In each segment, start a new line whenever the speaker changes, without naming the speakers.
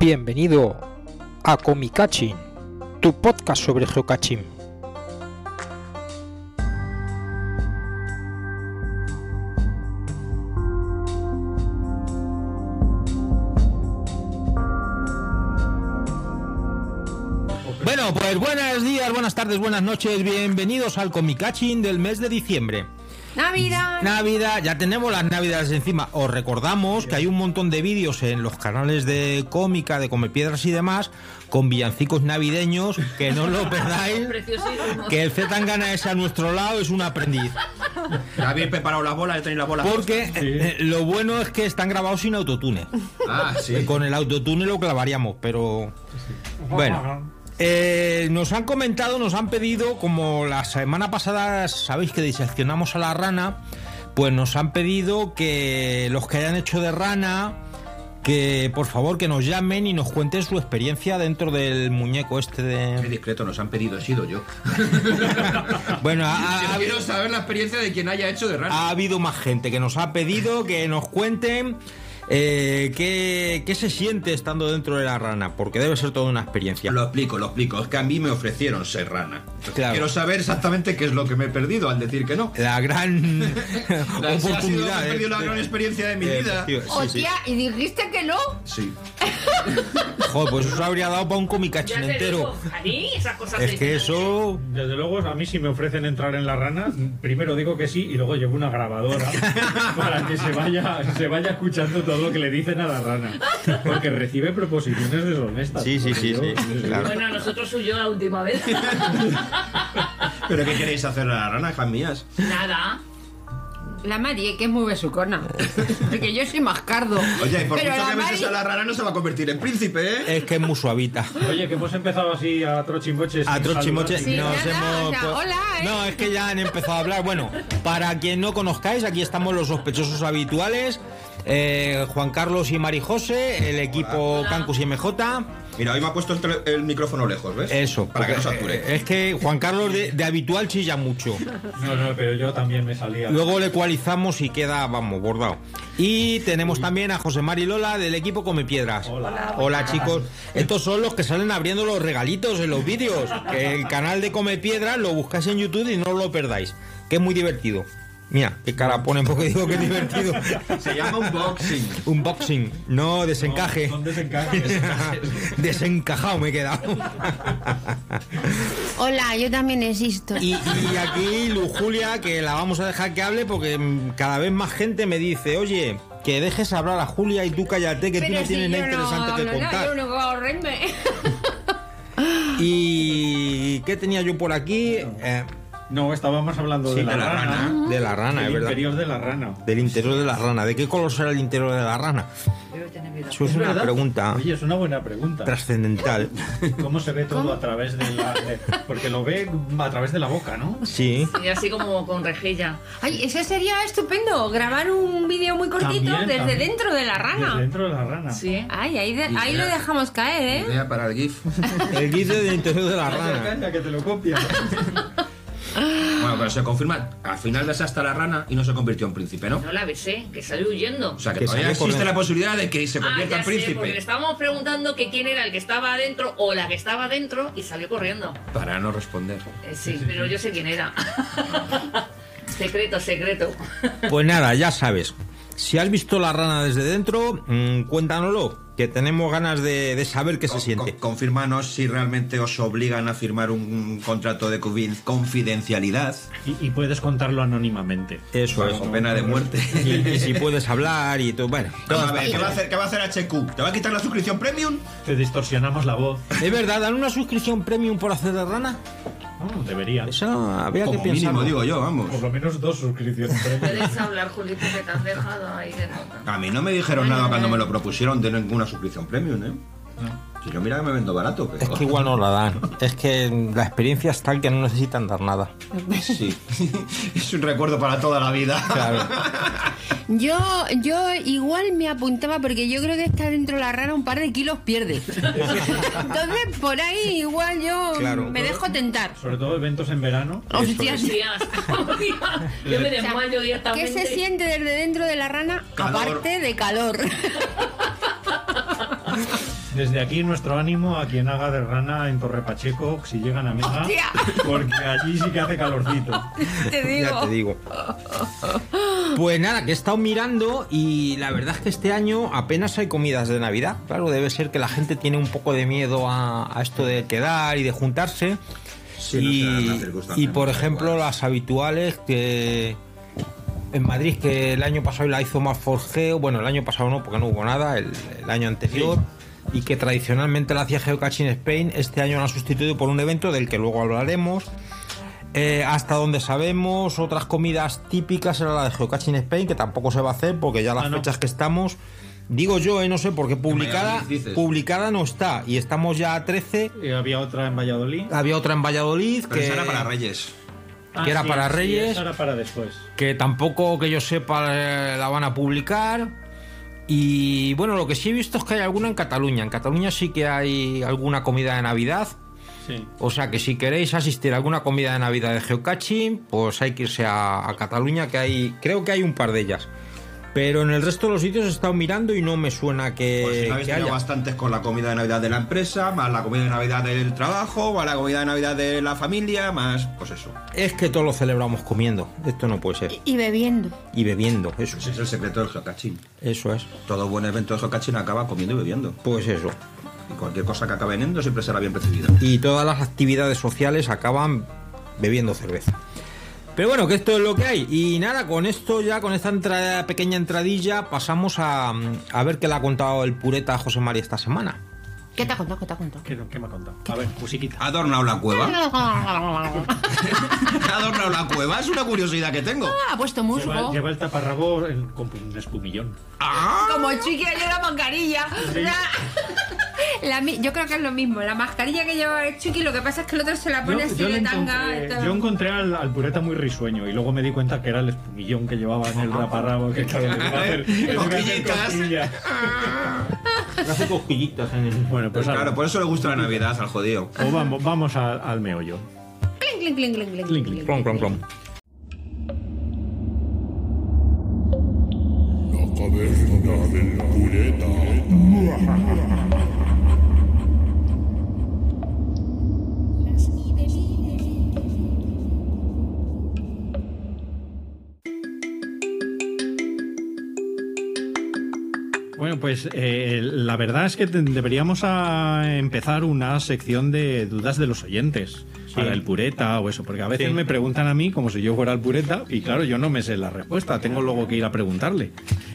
Bienvenido a Comicachin, tu podcast sobre geocaching. Bueno, pues buenos días, buenas tardes, buenas noches, bienvenidos al Comicachin del mes de diciembre.
Navidad.
Navidad, ya tenemos las navidades encima. Os recordamos que hay un montón de vídeos en los canales de cómica, de Comepiedras y demás, con villancicos navideños, que no lo perdáis,
Preciosísimo.
que el Z Tangana es a nuestro lado, es un aprendiz.
Ya habéis preparado las bolas, ya tenéis las bolas.
Porque eh, lo bueno es que están grabados sin autotune.
Ah, sí.
Con el autotune lo clavaríamos, pero... Bueno. eh, nos han comentado, nos han pedido, como la semana pasada sabéis que diseccionamos a la rana, pues nos han pedido que los que hayan hecho de rana, que por favor que nos llamen y nos cuenten su experiencia dentro del muñeco este
Qué
de...
discreto nos han pedido, he sido yo.
Bueno, ha- ha-
Yo Ah, quiero saber la experiencia de quien haya hecho de raro.
ha habido más gente que nos ha pedido que nos cuenten eh, qué, qué se siente estando dentro de la rana, porque debe ser toda una experiencia.
Lo explico, lo explico. Es que a mí me ofrecieron ser rana. Entonces,
Claro.
Quiero saber exactamente qué es lo que me he perdido al decir que no.
La gran
Ha sido-
oportunidad.
me he
¿eh?
perdido la gran experiencia de mi
Eh,
vida.
tío, sí, sí.
Hostia, ¿y dijiste que no?
Sí.
Joder, pues eso habría dado para un comicachín entero.
digo, a mí esas cosas
Es
de- este
que eso.
Desde luego, a mí si me ofrecen entrar en la rana, primero digo que sí y luego llevo una grabadora para que se vaya, se vaya escuchando todo lo que le dicen a la rana. Porque recibe proposiciones deshonestas.
Sí, sí,
Porque
sí,
yo-
sí,
desde
claro.
luego-
Bueno, a nosotros huyó la última vez.
¿Pero qué queréis hacer a la rana, hijas mías?
Nada.
La Marie, que es muy besucona. Porque yo soy mascardo.
Oye, y por
Pero
mucho que
la
beses
Mari-
a la rana no se va a convertir en príncipe, ¿eh?
Es que es muy suavita.
Oye, que hemos empezado así a trochimoches.
A
sin
trochimoche
saludar.
Sí,
nos
nada,
hemos.
o sea,
pues-
hola, ¿eh?
No, es que ya han empezado a hablar. Bueno, para quien no conozcáis, aquí estamos los sospechosos habituales: eh, Juan Carlos y Mari José, el equipo Cancus y MJ.
Mira, hoy me ha puesto el, tele- el micrófono lejos, ¿ves?
Eso,
Para que no
porque,
sature.
eh, Es que Juan Carlos de, de habitual chilla mucho.
No, no, pero yo también me salía.
Luego le ecualizamos y queda, vamos, bordado. Y tenemos también a José Mari Lola del equipo Come Piedras.
Hola.
Hola chicos. Estos son los que salen abriendo los regalitos en los vídeos. Que el canal de Come Piedras lo buscáis en YouTube y no os lo perdáis. Que es muy divertido. Mira, qué cara ponen porque digo que es divertido.
Se llama unboxing.
Unboxing, no desencaje.
Son desencajes.
Desencajado me he quedado.
Hola, yo también existo.
Y, y aquí Luz Julia, que la vamos a dejar que hable porque mm, cada vez más gente me dice, oye, que dejes hablar a Julia y tú cállate, que tú
Pero
no
si
tienes
yo
nada interesante
no,
que
hablo nada,
contar.
yo no voy a aburrirme.
¿Y qué tenía yo por aquí? Eh,
No, estábamos hablando
sí,
de la, rana.
De la rana, es
El
verdad.
interior de la rana.
Del interior de la rana. ¿De qué color será el interior de la rana? Eso es, una
verdad.
pregunta
Oye, es una buena pregunta.
trascendental.
¿Cómo se ve todo a través de la.? de- porque lo ve a través de la boca, ¿no?
Sí.
Y así como con rejilla.
Ay, ese sería estupendo. Grabar un vídeo muy cortito
También,
desde
también.
dentro de la rana.
Desde dentro de la rana.
Sí. ¿eh?
Ay, ahí, de- ahí
Idea.
lo dejamos caer, ¿eh?
Idea para el GIF.
El guiso del interior de la
Calla,
rana.
calla, que te lo copia.
Bueno, pero se confirma, al final besaste a la rana y no se convirtió en príncipe, ¿no?
No la besé, que salió huyendo.
O sea, que,
Que
todavía
salió
existe
corriendo.
la posibilidad de que se
Ah,
convierta
ya
en
sé, porque le
príncipe.
estábamos preguntando que quién era el que estaba adentro o la que estaba adentro y salió corriendo.
Para no responder.
Eh, sí, pero yo sé quién era. secreto, secreto.
Pues nada, ya sabes. Si has visto la rana desde dentro, mm, cuéntanoslo, que tenemos ganas de, de saber qué se siente.
Con- confírmanos si realmente os obligan a firmar un, un contrato de confi- confidencialidad
Y, y puedes contarlo anónimamente. Eh,
Eso es.
con pena de muerte.
Y, y si puedes hablar y todo. Bueno, todo
Vamos a ver,
está
¿qué va a, hacer, ¿Qué va a hacer HQ? ¿Te va a quitar la suscripción premium?
Te distorsionamos la voz.
bien. ¿Es verdad? ¿Dan una suscripción premium por hacer de rana?
Mm, debería.
Eso había que
Como
pensar.
mínimo, digo yo, vamos.
Por lo menos dos suscripciones.
Puedes hablar, Julito, que te has dejado ahí de nota.
A mí no me dijeron nada cuando me lo propusieron de ninguna suscripción premium, ¿eh? Si yo mira que me vendo barato,
Es
pero...
que igual no la dan. Es que la experiencia es tal que no necesitan dar nada.
Sí. es un recuerdo para toda la vida.
Claro.
Yo, yo igual me apuntaba porque yo creo que estar dentro de la rana un par de kilos pierde. Entonces por ahí igual yo
Claro.
me dejo tentar.
Sobre todo eventos en verano.
Hostias,
Hostias, yo me
o sea,
desmayo
¿Qué
directamente.
se siente desde dentro de la rana
Calor.
aparte de calor?
Desde aquí nuestro ánimo a quien haga de rana en Torrepacheco, si llegan a Mega,
Hostia.
porque allí sí que hace calorcito.
Te
Ya te digo. Pues nada, que he estado mirando y la verdad es que este año apenas hay comidas de Navidad. Claro, debe ser que la gente tiene un poco de miedo a, a esto de quedar y de juntarse.
Sí, no
y,
será una circunstancia
y, por
muy
ejemplo,
adecuada.
las habituales que en Madrid, que el año pasado la hizo más forgeo, bueno, el año pasado no, porque no hubo nada, el, el año anterior. Y que tradicionalmente la hacía Geocaching Spain, este año la han sustituido por un evento del que luego hablaremos. Eh, hasta donde sabemos, otras comidas típicas era la de Geocaching Spain, que tampoco se va a hacer porque ya las
Ah, no.
fechas que estamos, digo yo, eh, no sé, porque publicada,
Valladolid, dices.
publicada no está y estamos ya a 13.
Eh, había otra en Valladolid.
Había otra en Valladolid
Pero
que,
eso era para Reyes.
que era para Reyes.
Ah, esa era para después.
que tampoco que yo sepa eh, la van a publicar. Y bueno, lo que sí he visto es que hay alguna en Cataluña. En Cataluña sí que hay alguna comida de Navidad,
Sí.
O sea que si queréis asistir a alguna comida de Navidad de Geocaching, pues hay que irse a, a Cataluña, que hay, creo que hay un par de ellas. Pero en el resto de los sitios he estado mirando y no me suena que,
Pues si no habéis
eh, que
tenido
haya.
bastantes con la comida de Navidad de la empresa, más la comida de Navidad del trabajo, más la comida de Navidad de la familia, más pues eso.
Es que todos lo celebramos comiendo. Esto no puede ser.
Y bebiendo.
Y bebiendo, eso.
Ese es el secreto del geocaching.
Eso es.
Todo buen evento de geocaching acaba comiendo y bebiendo.
Pues eso.
Y cualquier cosa que acabe veniendo siempre será bien recibida.
Y todas las actividades sociales acaban bebiendo cerveza. Pero bueno, que esto es lo que hay. Y nada, con esto ya, con esta entrada- pequeña entradilla, pasamos a, a ver qué le ha contado el pureta a José María esta semana.
¿Qué te ha contado? ¿Qué te ha contado?
¿Qué, qué me ha contado? A ver, musiquita.
¿Ha adornado la cueva? ¿Ha adornado la cueva? Es una curiosidad que tengo.
ha puesto
Lleva,
musgo.
lleva el taparrabo en- con un espumillón.
Como chiqui yo la mascarilla.
Sí.
La- la mi- yo creo que es lo mismo. La mascarilla que lleva el chiqui, lo que pasa es que el otro se la pone así
le
de tanga.
encontré,
y todo.
yo encontré al, al pureta muy risueño y luego me di cuenta que era el espumillón que llevaba en el taparrabo que claro, le iba a hacer, le iba a hacer
Cosquillitas.
cosquillas.
Hace cosquillitas en el...
Ah. Bueno, pues
Claro,
ahora-
por eso le gusta la Navidad al jodido.
o vamos, vamos al, al meollo.
Cling, cling, cling, cling, cling,
Clink,
cling.
clink.
Clon, clon, clon.
La caverna del pureta.
Bueno, pues eh, la verdad es que te- deberíamos a empezar una sección de dudas de los oyentes para el pureta o eso, porque a veces
Sí.
me preguntan a mí como si yo fuera el pureta y claro, yo no me sé la respuesta, tengo luego que ir a preguntarle.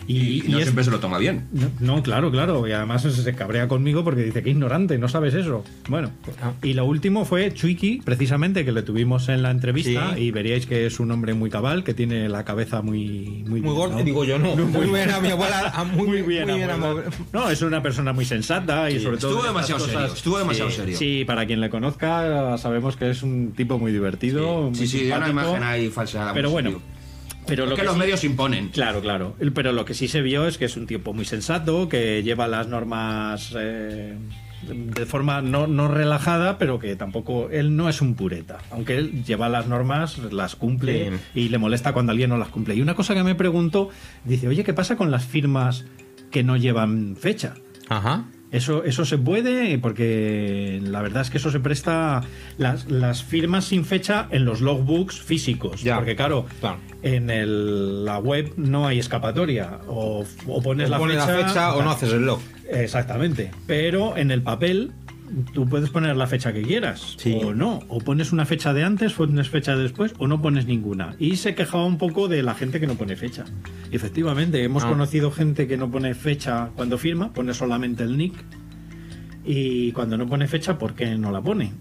Y,
Y no
y es-
siempre se lo toma bien.
No, no, claro, claro. Y además se se cabrea conmigo porque dice que ignorante, no sabes eso. Bueno,
Ah.
y lo último fue Chuiki, precisamente, que le tuvimos en la entrevista
Sí.
y veríais que es un hombre muy cabal, que tiene la cabeza muy... Muy,
Muy
bien,
gordo,
¿no?
digo yo, no. Muy bien, a mi abuela. a Muy,
Muy bien, abuela. No, es una persona muy sensata y sobre todo...
Estuvo
en estas
demasiado serio, estuvo demasiado
sí,
serio.
Sí, para quien le conozca, sabemos que es un tipo muy divertido.
Sí,
muy
sí, una
simpático,
imagen ahí falsa.
Pero bueno, pero
Es
lo
que
que
los
sí-
medios imponen.
Claro, claro. El- Pero lo que sí se vio es que es un tipo muy sensato, que lleva las normas eh, de forma no, no relajada, pero que tampoco él no es un pureta. Aunque él lleva las normas, las cumple y le molesta cuando alguien no las cumple. Y una cosa que me preguntó, dice, oye, ¿qué pasa con las firmas que no llevan fecha?
Ajá.
Eso, eso se puede, porque la verdad es que eso se presta las, las firmas sin fecha en los logbooks físicos.
Ya,
porque claro,
claro.
en el- la web no hay escapatoria. O, o pones, la,
Pones
fecha,
la fecha o no haces el log.
Exactamente. Pero en el papel tú puedes poner la fecha que quieras
Sí.
o no. O pones una fecha de antes, pones fecha de después o no pones ninguna. Y se quejaba un poco de la gente que no pone fecha. Y efectivamente, hemos
Ah.
conocido gente que no pone fecha cuando firma, pone solamente el nick. Y cuando no pone fecha, ¿por qué no la pone?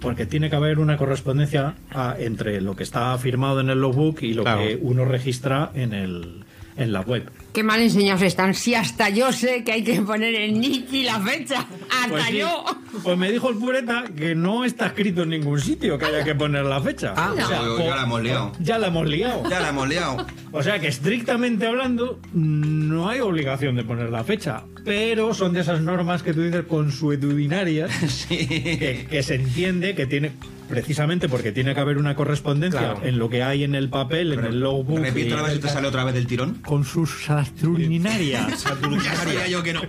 Porque tiene que haber una correspondencia ah, entre lo que está firmado en el logbook y lo
Claro.
que uno registra en, el, en la web.
Qué mal enseñados están. Si hasta yo sé que hay que poner el nick y la fecha. Hasta
Pues sí.
yo.
Pues me dijo el pureta que no está escrito en ningún sitio que haya que poner la fecha.
Ah,
O sea,
o-
ya la hemos liado.
Ya la hemos liado.
Ya la hemos liado.
O sea que estrictamente hablando, no hay obligación de poner la fecha. Pero son de esas normas que tú dices consuetudinarias
Sí.
que, que se entiende que tiene. precisamente porque tiene que haber una correspondencia
Claro.
en lo que hay en el papel, en el logbook. y-
Repito la vez si te sale otra vez del tirón.
Con sus saturnarias.
Ya sabía yo que no.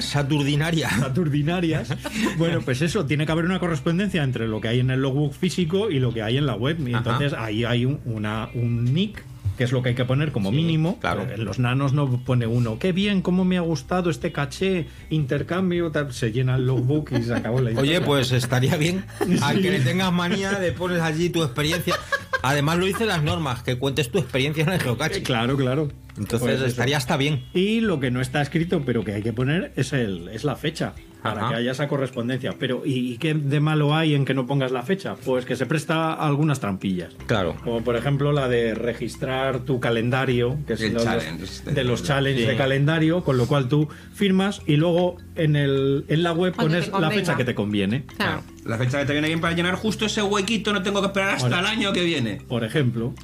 Saturdinaria.
saturnarias. Bueno, pues eso, tiene que haber una correspondencia entre lo que hay en el logbook físico y lo que hay en la web. Y
Ajá.
entonces ahí hay un, una, un nick que es lo que hay que poner como mínimo.
claro.
Eh, En los nanos no pone uno, qué bien, cómo me ha gustado este caché, intercambio, tal. se llena el logbook y se acabó la historia.
Oye, pues estaría bien. Al que le tengas manía, le pones allí tu experiencia. Además, lo dicen las normas, que cuentes tu experiencia en el geocache.
Eh, Claro, claro.
Entonces,
Pues eso.
estaría hasta bien.
Y lo que no está escrito, pero que hay que poner, es, el, es la fecha, para
Ajá.
que haya esa correspondencia. Pero, ¿y, y qué de malo hay en que no pongas la fecha? Pues que se presta a algunas trampillas.
Claro.
Como por ejemplo la de registrar tu calendario, que es
El
lo de-
challenge.
de los challenges de calendario, con lo cual tú firmas y luego en, el, en la web
Cuando
pones
te
la
convenga.
fecha que te conviene.
Claro.
La fecha que te viene bien para llenar justo ese huequito, no tengo que esperar hasta
Ahora.
el año que viene.
por ejemplo.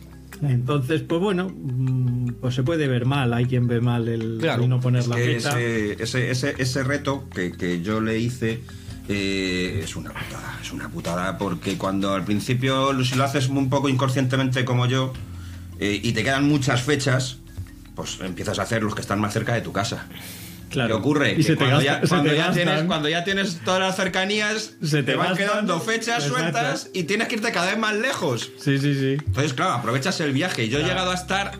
Entonces, pues bueno, mm, pues se puede ver mal, hay quien ve mal el,
Claro.
el no poner la
Que
fecha.
ese, ese, ese, ese reto que, que yo le hice eh, es una putada, es una putada, porque cuando al principio lo- si lo haces un poco inconscientemente como yo eh, y te quedan muchas fechas, pues empiezas a hacer los que están más cerca de tu casa.
Claro.
¿Qué ocurre?
Y
Que
se te
cuando,
gasta-
ya,
se
cuando
te
ya
gastan.
tienes, cuando ya tienes todas las cercanías,
Se te
te, van
gastan.
quedando fechas
Exacto.
sueltas y tienes que irte cada vez más lejos.
Sí, sí, sí.
Entonces, claro, aprovechas el viaje. Yo he llegado a estar,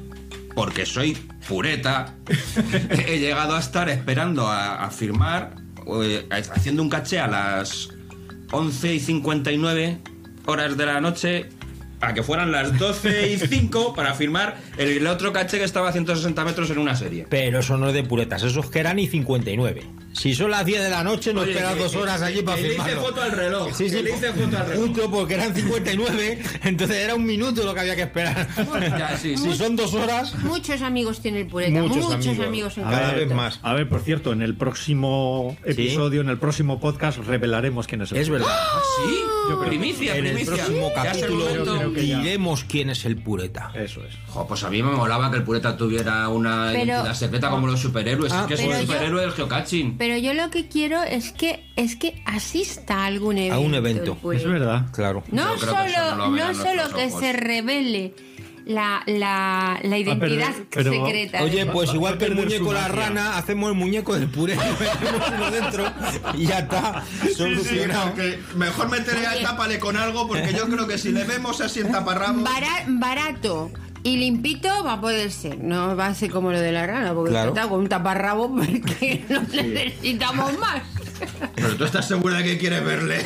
porque soy pureta, he llegado a estar esperando a, a firmar, eh, haciendo un caché a las 11 y 59 horas de la noche, a que fueran las 12 y 5 para firmar el otro caché que estaba a 160 metros en una serie.
Pero eso no es de puretas, esos que eran y 59. Si son las 10 de la noche, no
Oye,
esperas
que-
dos
que-
horas allí para
que le hice
firmarlo.
foto al reloj,
Sí, sí,
que le hice foto al reloj.
Justo porque eran 59, entonces era un minuto lo que había que esperar.
Ya, sí, sí.
Si son dos horas,
Muchos amigos tiene el pureta, muchos, amigos. en
A
Cada
ver,
vez más.
A ver, por cierto, en el próximo episodio, en el próximo podcast, revelaremos quién es el
es verdad.
¿Ah, sí?
Yo creo-
primicia,
En el
primicia.
próximo
Ya es el momento.
capítulo
creo que ya.
diremos quién es el pureta.
Eso es.
Jo, pues a mí me molaba que el pureta tuviera una
Pero-
identidad secreta como los superhéroes.
Ah,
es que es
pero
un
yo-
superhéroe del geocaching.
Pero yo lo que quiero es que es que asista a algún evento.
A un evento.
el
Pues
pureta.
Es verdad.
Claro.
No
Yo creo que eso no
solo,
lo verán
no solo
nuestros
que
ojos.
se revele la, la, la identidad
Ah, pero-
secreta.
Oye,
de-
pues
Va- va
igual
a
que el
perder
muñeco
su
la
magia.
rana, hacemos el muñeco del pureta, metemos uno dentro y ya está solucionado.
mejor meterle a tápale con algo porque yo creo que si le vemos así en taparrabos...
Bara- barato y limpito va a poder ser. No va a ser como lo de la rana, porque
Claro.
está con un taparrabo porque no necesitamos más.
Pero tú estás segura de que quieres verle.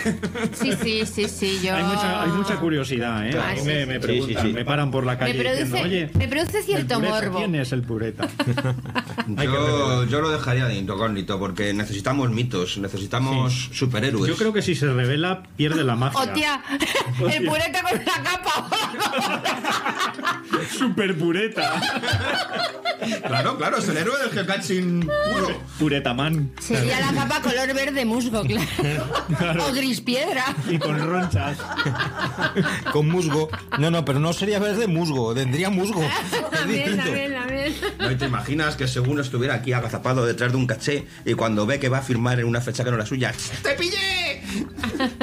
Sí, sí, sí, sí, yo.
Hay mucha, hay mucha curiosidad, ¿eh?
Claro.
A mí me, me
Sí,
preguntan,
sí, sí.
me paran por la
me
calle diciendo,
produce,
oye,
me produce cierto
¿el pureta?
morbo.
¿Quién es el pureta? Hay que
Yo,
revelar.
yo lo dejaría de incógnito porque necesitamos mitos, necesitamos superhéroes.
Yo creo que si se revela, pierde la magia.
Hostia, el pureta con una capa.
¡Super pureta!
Claro, claro, es el héroe del geocaching puro.
Puretaman.
Sería la capa color verde musgo, claro.
Claro.
O gris piedra.
Y con ronchas.
Con musgo. No, no, pero no sería verde musgo, tendría musgo. Es
Amén,
distinto.
amén, amén.
¿No te imaginas que según estuviera aquí agazapado detrás de un caché y cuando ve que va a firmar en una fecha que no es la suya, ¡te pillé!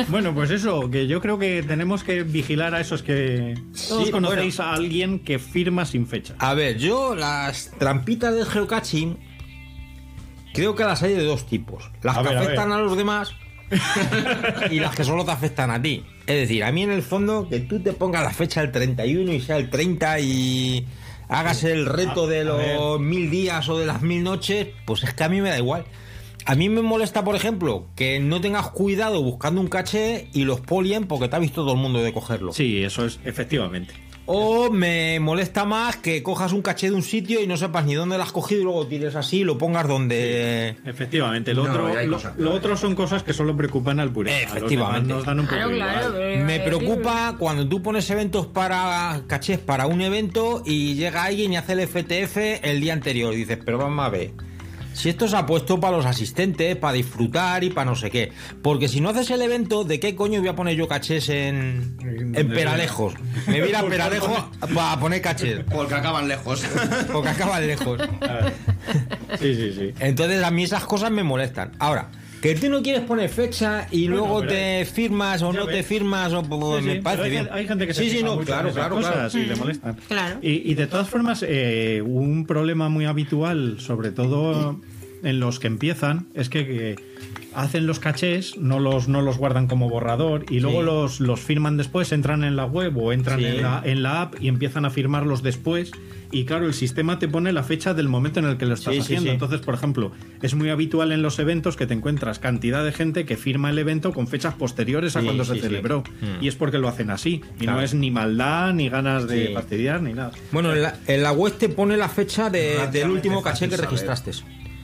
Bueno, pues eso, que yo creo que tenemos que vigilar a esos que... Todos
Sí,
conocéis a alguien que firma sin fecha.
A ver, yo las trampitas del geocaching creo que las hay de dos tipos. Las
A
que
ver, a
afectan a,
ver.
los demás y las que solo te afectan a ti. Es decir, a mí en el fondo que tú te pongas la fecha del 31 y sea el 30 y hagas el reto de
a
los mil días o de las mil noches, pues es que a mí me da igual. A mí me molesta, por ejemplo, que no tengas cuidado buscando un caché y los polien porque te ha visto todo el mundo de cogerlo.
Sí, eso es, efectivamente.
O me molesta más que cojas un caché de un sitio y no sepas ni dónde lo has cogido y luego tires así y lo pongas donde...
Efectivamente, lo,
No, y
otro,
hay
lo,
cosas
lo
peores.
otro son cosas que solo preocupan al pureta. A los
Efectivamente.
demás Nos dan un poco
Claro,
igual.
claro, pero-
Eh,
Me preocupa cuando tú pones eventos para cachés para un evento y llega alguien y hace el FTF el día anterior. Y dices, pero vamos a ver. Si esto se ha puesto para los asistentes, para disfrutar y para no sé qué. Porque si no haces el evento, ¿de qué coño voy a poner yo cachés en, en Peralejos? Me voy a ir a Peralejos para poner cachés.
Porque acaban lejos.
Porque acaban lejos.
Sí, sí, sí.
Entonces a mí esas cosas me molestan. Ahora, Que tú no quieres poner fecha y
Bueno,
luego
pero
te firmas o
Ya
no te
ves.
firmas o pues,
Sí,
me parece
sí, pero hay,
bien.
hay gente que se
sí, sí,
fija
no,
mucho
claro,
en esas
claro, claro.
cosas y le molestan.
Claro.
Y, y de todas formas, eh, un problema muy habitual, sobre todo en los que empiezan, es que, que hacen los cachés, no los, no los guardan como borrador y luego
Sí.
los, los firman después, entran en la web o entran
Sí.
en, la, en la app y empiezan a firmarlos después. Y claro, el sistema te pone la fecha del momento en el que lo estás
Sí, sí,
haciendo.
sí.
Entonces, por ejemplo, es muy habitual en los eventos que te encuentras cantidad de gente que firma el evento con fechas posteriores a
Sí,
cuando
sí,
se
sí.
celebró.
Hmm.
Mm.
Y es porque lo hacen así. Y
Claro.
no es ni maldad, ni ganas de
Sí.
fastidiar, ni nada.
Bueno, en la, en la web te pone la fecha de- del
Rápidamente
último caché
fácil
que
saber.
registraste.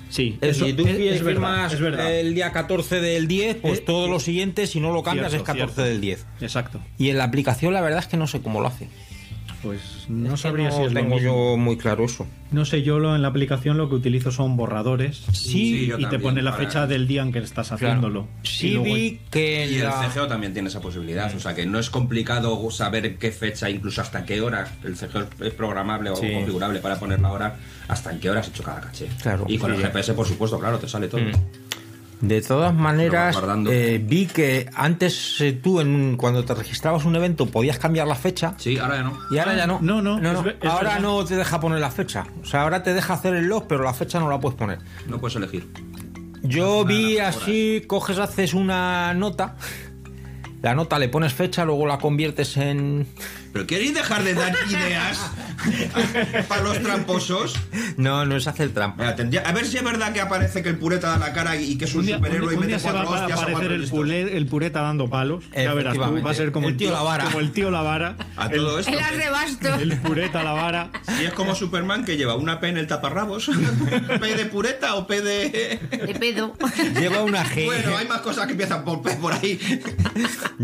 Sí,
Eh, si tú fir-
es
firmas
verdad, es verdad.
el día 14 del 10, pues
Eh,
todo lo siguiente, si no lo cambias,
cierto,
es 14
cierto.
del 10.
Exacto.
Y en la aplicación, la verdad es que no sé cómo lo hacen.
Pues no
Es que
sabría si es lo
tengo
mismo.
yo muy claro eso.
No sé, yo lo, en la aplicación lo que utilizo son borradores.
Sí, yo
y te
también,
pone la
para-
fecha del día en que estás
Claro.
haciéndolo. Y
Sí,
luego-
vi que
Y el
la-
CGO también tiene esa
Mm.
posibilidad, o sea que no es complicado saber qué fecha, incluso hasta qué hora. El CGO es programable o
Sí.
configurable para poner la hora, hasta en qué hora has hecho cada caché.
Claro.
y con el
Sí.
GPS, por supuesto, claro, te sale todo.
Mm.
De todas maneras,
Lo vas guardando.
eh, vi que antes eh, tú, en, cuando te registrabas un evento, podías cambiar la fecha.
Sí, ahora ya no.
Y ahora
Ah,
ya no.
no, no, es ver- es
ahora
verdad.
no te deja poner la fecha. O sea, ahora te deja hacer el log, pero la fecha no la puedes poner.
No puedes elegir.
Yo vi
ahora.
eh.
así, coges, haces una nota. La nota le pones fecha, luego la conviertes en.
¿Pero queréis dejar de dar ideas para los tramposos?
No, no es hacer trampa.
Mira, tendría- a ver si es verdad que aparece que el pureta da la cara y que es un,
Un día,
superhéroe
un- un
y
día
mete
se va
cuatro
a
hostias a
aparecer
cuatro
el,
listos.
pule- el pureta dando palos. Ya verás tú,
Efectivamente.
va a ser como
El tío la vara.
Como el tío la vara.
A todo esto.
El
¿qué?
arrebasto.
El pureta la vara.
Si es como Superman que lleva una P en el taparrabos. ¿P de pureta o P de.?
De pedo.
Lleva una G.
Bueno, hay más cosas que empiezan por P por ahí.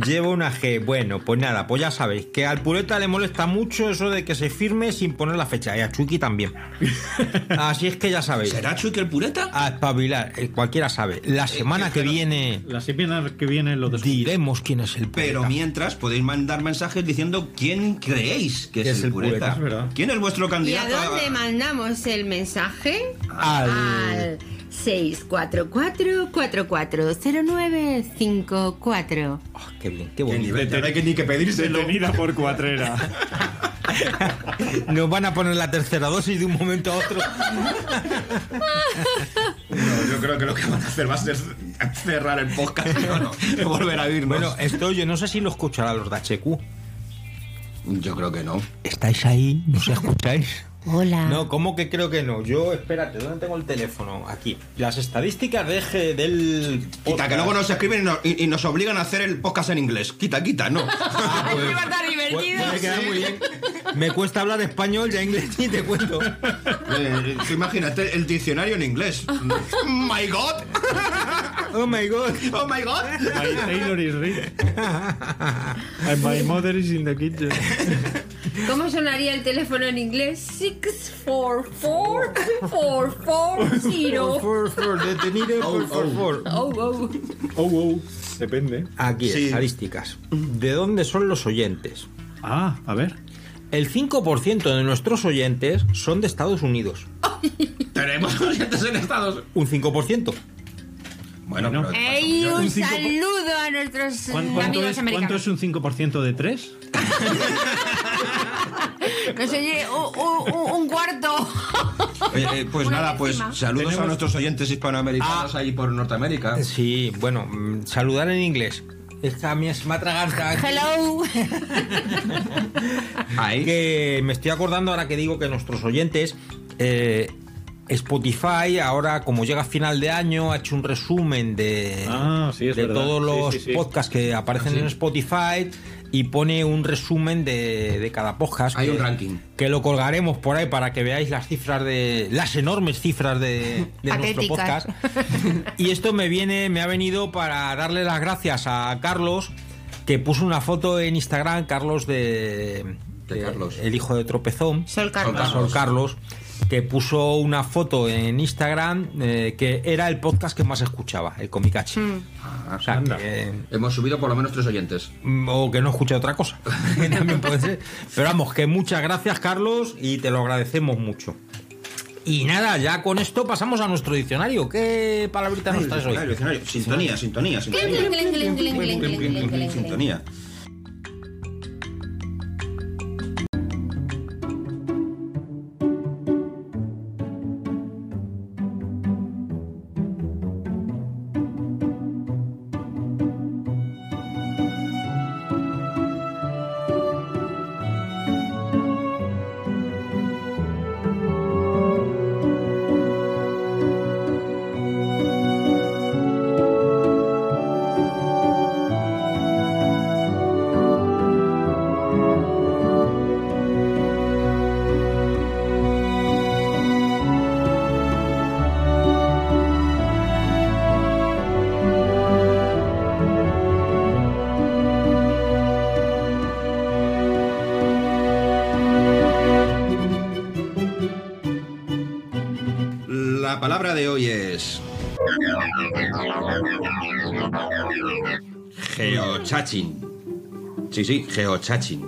Lleva una G. Bueno, pues nada, pues ya sabéis que al Pureta le molesta mucho eso de que se firme sin poner la fecha. Y a Chucky también. Así es que ya sabéis.
¿Será Chucky el pureta?
A espabilar, eh, cualquiera sabe. La semana que
claro.
viene
La semana que viene lo descubrimos.
diremos quién es el Pureta.
Pero mientras podéis mandar mensajes diciendo quién creéis que es, el pureta.
Es verdad.
¿Quién es vuestro
¿Y a
candidato? Ah,
dónde mandamos el mensaje?
Al-
Al 644-440954.
Ah, qué bien, qué
Qué
bonito.
nivel, no hay que ni que pedírselo.
Detenida por cuatrera.
Nos van a poner la tercera dosis de un momento a otro.
No, yo creo que lo que van a hacer va a ser cerrar el podcast. No, eh, no, volver a irnos.
Bueno, esto yo no sé si lo escuchará los de HQ.
yo creo que no.
¿Estáis ahí? ¿Nos escucháis?
Hola.
No, ¿cómo que creo que no? Yo, espérate, ¿dónde tengo el teléfono? Aquí. Las estadísticas de G- del...
Quita, que luego nos escriben y nos, y- y nos obligan a hacer el podcast en inglés. Quita, quita, no.
Ah, pues-
Ay, va a estar divertido.
pues- pues queda muy bien.
pues.
Me cuesta hablar español, ya inglés ni te cuento.
Eh, tú imagínate el diccionario en inglés. my God.
Oh my god.
Oh my God.
My Taylor is rich. And my mother is in the kitchen.
¿Cómo sonaría el teléfono en inglés? 644-4440.
Por favor, Oh, detenido, por favor.
Oh, oh.
Oh, wow. Depende.
Aquí,
Sí.
estadísticas. ¿De dónde son los oyentes?
Ah, a ver.
El 5% de nuestros oyentes son de Estados Unidos.
Tenemos oyentes en Estados Unidos.
Un 5%.
Bueno,
Bueno.
pero-
Ey, un,
Un cinco por-
saludo a nuestros
¿Cuán-
mm,
¿Cuánto,
amigos
es, cuánto
americanos.
es un 5% de 3?
Nos oye u- u- u- un cuarto.
Oye, eh, pues
Una
nada, pues
décima.
saludos a nuestros oyentes hispanoamericanos ahí por Norteamérica.
Sí, bueno, mm, saludar en inglés. Es que a mí es me atraganta.
Hello.
Ahí.
Que me estoy acordando ahora que digo que nuestros oyentes. eh, Spotify ahora como llega a final de año ha hecho un resumen de,
Ah, sí, es
de
verdad.
todos
Sí,
los
sí, sí.
podcasts que aparecen en Spotify y pone un resumen de, de cada podcast.
Hay
que-
un ranking.
Que lo colgaremos por ahí para que veáis las cifras de. las enormes cifras de, de nuestro
Patéticas.
podcast. Y esto me viene, me ha venido para darle las gracias a Carlos, que puso una foto en Instagram, Carlos de.
De Carlos.
El hijo de Tropezón.
Sol
Carlos.
Carlos.
Sol Carlos, que puso una foto en Instagram eh, que era el podcast que más escuchaba, el Comicachi.
Mm.
Ah,
O sea,
Anda.
que,
Hemos subido por lo menos tres oyentes.
mm, o que no escucha otra cosa. que También puede ser. Pero vamos, que muchas gracias, Carlos, y te lo agradecemos mucho. Y nada, ya con esto pasamos a nuestro diccionario. ¿Qué palabrita nos traes hoy?
Diccionario, diccionario. Sintonía, sintonía, sintonía. Sintonía. La palabra de hoy es. Geocaching. Sí, sí, geocaching.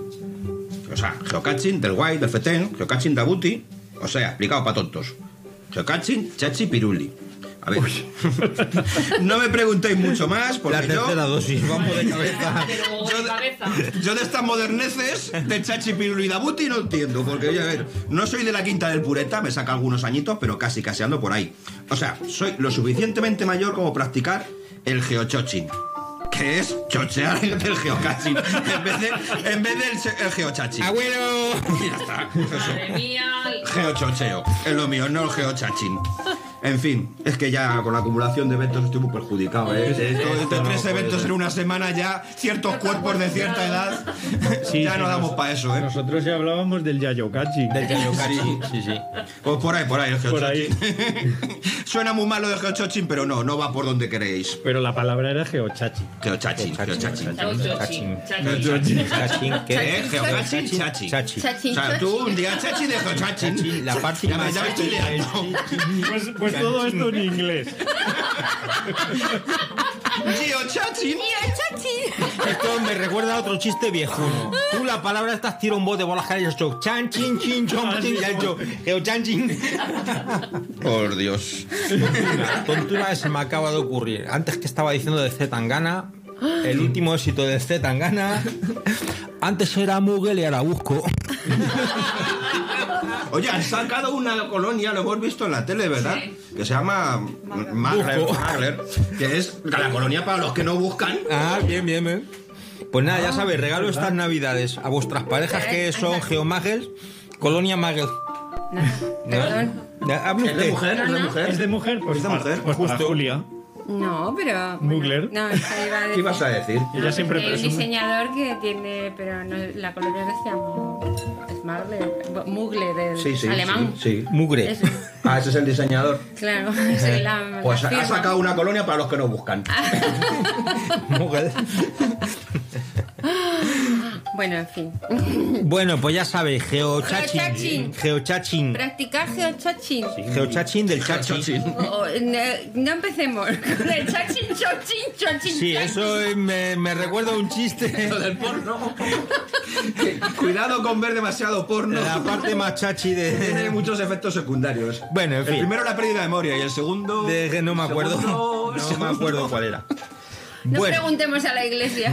O sea, geocaching del guay, del fetén, geocaching de abuti. O sea, explicado para tontos. Geocaching, chachi, piruli. A ver. no me preguntéis mucho más porque
La
yo.
tercera dosis, vamos de cabeza.
Pero
Yo
de
de-
cabeza.
Yo de estas moderneces de Chachi Piruli y Dabuti no entiendo, porque oye, a ver, no soy de la quinta del Pureta, me saca algunos añitos, pero casi casi ando por ahí. O sea, soy lo suficientemente mayor como practicar el geochoching. Que es chochear el del geocaching. En vez, de, en vez del se- el geochaching.
¡Agüero!
Y ya está. Eso.
Madre mía.
Geochocheo. Es lo mío, no el geochachín. En fin, es que ya con la acumulación de eventos estoy muy perjudicado, ¿eh? De estos- de tres eventos en una semana ya, ciertos cuerpos de cierta edad,
Sí,
ya
sí,
no damos
nos-
para eso, ¿eh?
Nosotros ya hablábamos del Yayokachi.
Del geocaching, sí, sí.
Pues por ahí, por ahí el
Por ahí.
geochochín. Suena muy malo el geochochín, pero no, no va por donde queréis.
Pero la palabra era geochachi.
Geochachín, geochachín.
Chachín, chachín.
Geochachín.
Cachín, ¿qué?
¿Eh? Geocachín, chachi.
Chachi.
O sea, tú un día chachi de geochachín.
La parte
Ya me
más
ya me estoy liando.
Pues, pues todo esto en inglés.
Geochachín.
Esto me recuerda a otro chiste viejuno. Tú la palabra estás tira un bote por las calles, yo chan, chin, chin, chon, chin, ya yo, yo, chan, chin.
Por Dios.
La tontura que se me acaba de ocurrir. Antes que estaba diciendo de Z Tangana, el último éxito de Z Tangana. Antes era Muguel y ahora busco.
Oye, han sacado una colonia, lo hemos visto en la tele, ¿verdad? Que se llama Magler,
Busco.
Magler, que es la colonia para los que no buscan.
Ah, bien, bien, bien. Pues nada, ya sabes, regalo estas navidades a vuestras parejas que son geomagels, Colonia Magel.
Perdón.
Hable
¿Es
usted.
de mujer? ¿Es de mujer?
¿Es de mujer? Pues
¿Es de
para-
mujer?
Pues para
Justo.
Julia.
Ah, No, pero.
Mugler.
No, esta iba a
¿Qué
decir.
ibas a decir?
Ella siempre
El
presume.
diseñador que tiene. Pero no, la colonia este que se llama. Smartler. Mugler, el
Sí, sí.
alemán.
Sí. sí.
Mugre.
Eso,
Ah, ese es el diseñador.
claro. es la,
Pues
la
ha
firma.
sacado una colonia para los que no buscan.
Mugel.
Bueno, en fin.
Bueno, pues ya sabes, geochachín.
Geochachín.
Geochachín.
Practicar geochachín.
Geochachín del chachín.
Chachín.
O- no, no empecemos con el chachín, chochín, chochín.
Sí,
chachín.
eso eh, me, me recuerda a un chiste.
Lo del porno. Cuidado con ver demasiado porno.
La parte más chachi
Tiene
de.
muchos efectos secundarios.
Bueno, en
el
fin.
primero la pérdida de memoria y el segundo.
de que no me acuerdo.
segundo-
No me acuerdo cuál era.
No
Bueno,
preguntemos a la iglesia.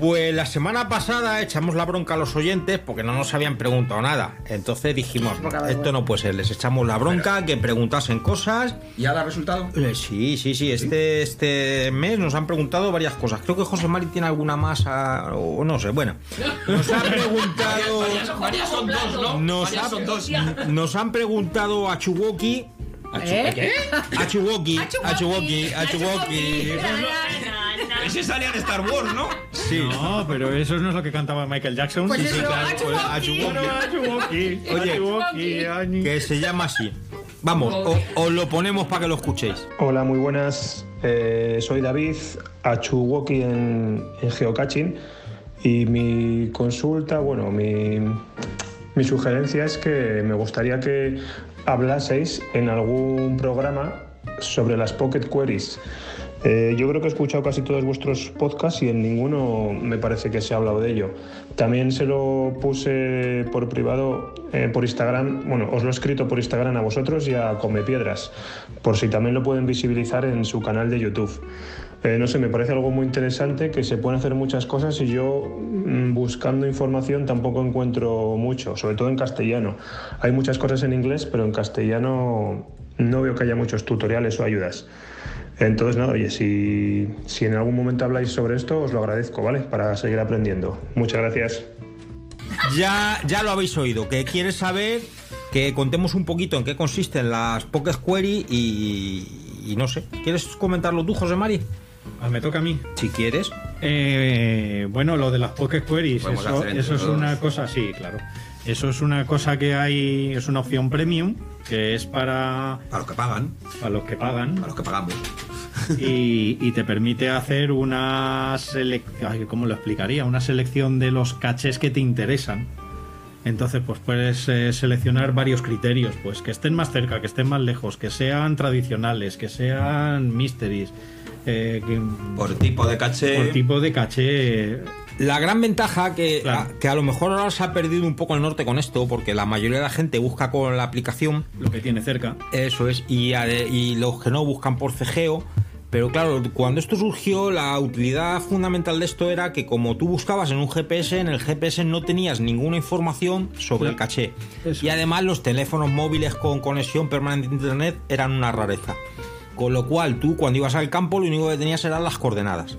pues la semana pasada echamos la bronca a los oyentes porque no nos habían preguntado nada. Entonces dijimos, esto no puede ser, les echamos la bronca, que preguntasen cosas.
¿Y ahora resultado?
Eh, Sí, sí, sí. Este, este mes nos han preguntado varias cosas. Creo que José Mari tiene alguna más a- o no sé. Bueno, nos han preguntado.
Varias son dos, ¿no?
Nos, ha-
Varias son dos.
nos han preguntado a Chuwoki.
¿Eh?
A Chuwoki. A Chuwoki. A Chuwoki.
Ese salía en Star Wars, ¿no?
Sí.
No, pero eso no es lo que cantaba Michael Jackson.
Pues
Sí,
eso,
sí, claro.
A
Bueno,
Chuwoki.
Achuwoki,
Oye.
Achuwoki, Ani.
Que se llama así. Vamos, o- os lo ponemos para que lo escuchéis.
Hola, muy buenas. Eh, soy David Achuwoki en, en Geocaching y mi consulta, bueno, mi, mi sugerencia es que me gustaría que hablaseis en algún programa sobre las Pocket Queries. Eh, yo creo que he escuchado casi todos vuestros podcasts y en ninguno me parece que se ha hablado de ello. También se lo puse por privado, eh, por Instagram, bueno, os lo he escrito por Instagram a vosotros y a Come Piedras, por si también lo pueden visibilizar en su canal de YouTube. Eh, no sé, me parece algo muy interesante que se pueden hacer muchas cosas y yo mm, buscando información tampoco encuentro mucho, sobre todo en castellano. Hay muchas cosas en inglés, pero en castellano no veo que haya muchos tutoriales o ayudas. Entonces, nada, oye, si, si en algún momento habláis sobre esto, os lo agradezco, ¿vale? Para seguir aprendiendo. Muchas gracias.
Ya, ya lo habéis oído, que quieres saber que contemos un poquito en qué consisten las Pocket Query y, y no sé. ¿Quieres comentarlo tú, José Mari?
Ah, me toca a mí.
Si quieres.
Eh, bueno, lo de las Pocket Queries,
Podemos
eso,
hacer entre
eso es
todos.
una cosa, sí, claro. Eso es una cosa que hay, es una opción premium, que es para,
Para los que pagan,
para los que pagan
para los que pagamos.
y, y te permite hacer una selección, ¿cómo lo explicaría? Una selección de los cachés que te interesan. Entonces, pues puedes eh, seleccionar varios criterios, pues que estén más cerca, que estén más lejos, que sean tradicionales, que sean mysteries, eh, que-
Por tipo de caché.
por tipo de caché,
La gran ventaja que,
Claro.
a, que a lo mejor ahora se ha perdido un poco el norte con esto, porque la mayoría de la gente busca con la aplicación,
lo que tiene cerca.
eso es, y, a- y los que no buscan por cejeo. Pero claro, cuando esto surgió, la utilidad fundamental de esto era que como tú buscabas en un GPS, en el GPS no tenías ninguna información sobre el caché.
Eso.
Y además los teléfonos móviles con conexión permanente a internet eran una rareza. Con lo cual tú cuando ibas al campo lo único que tenías eran las coordenadas.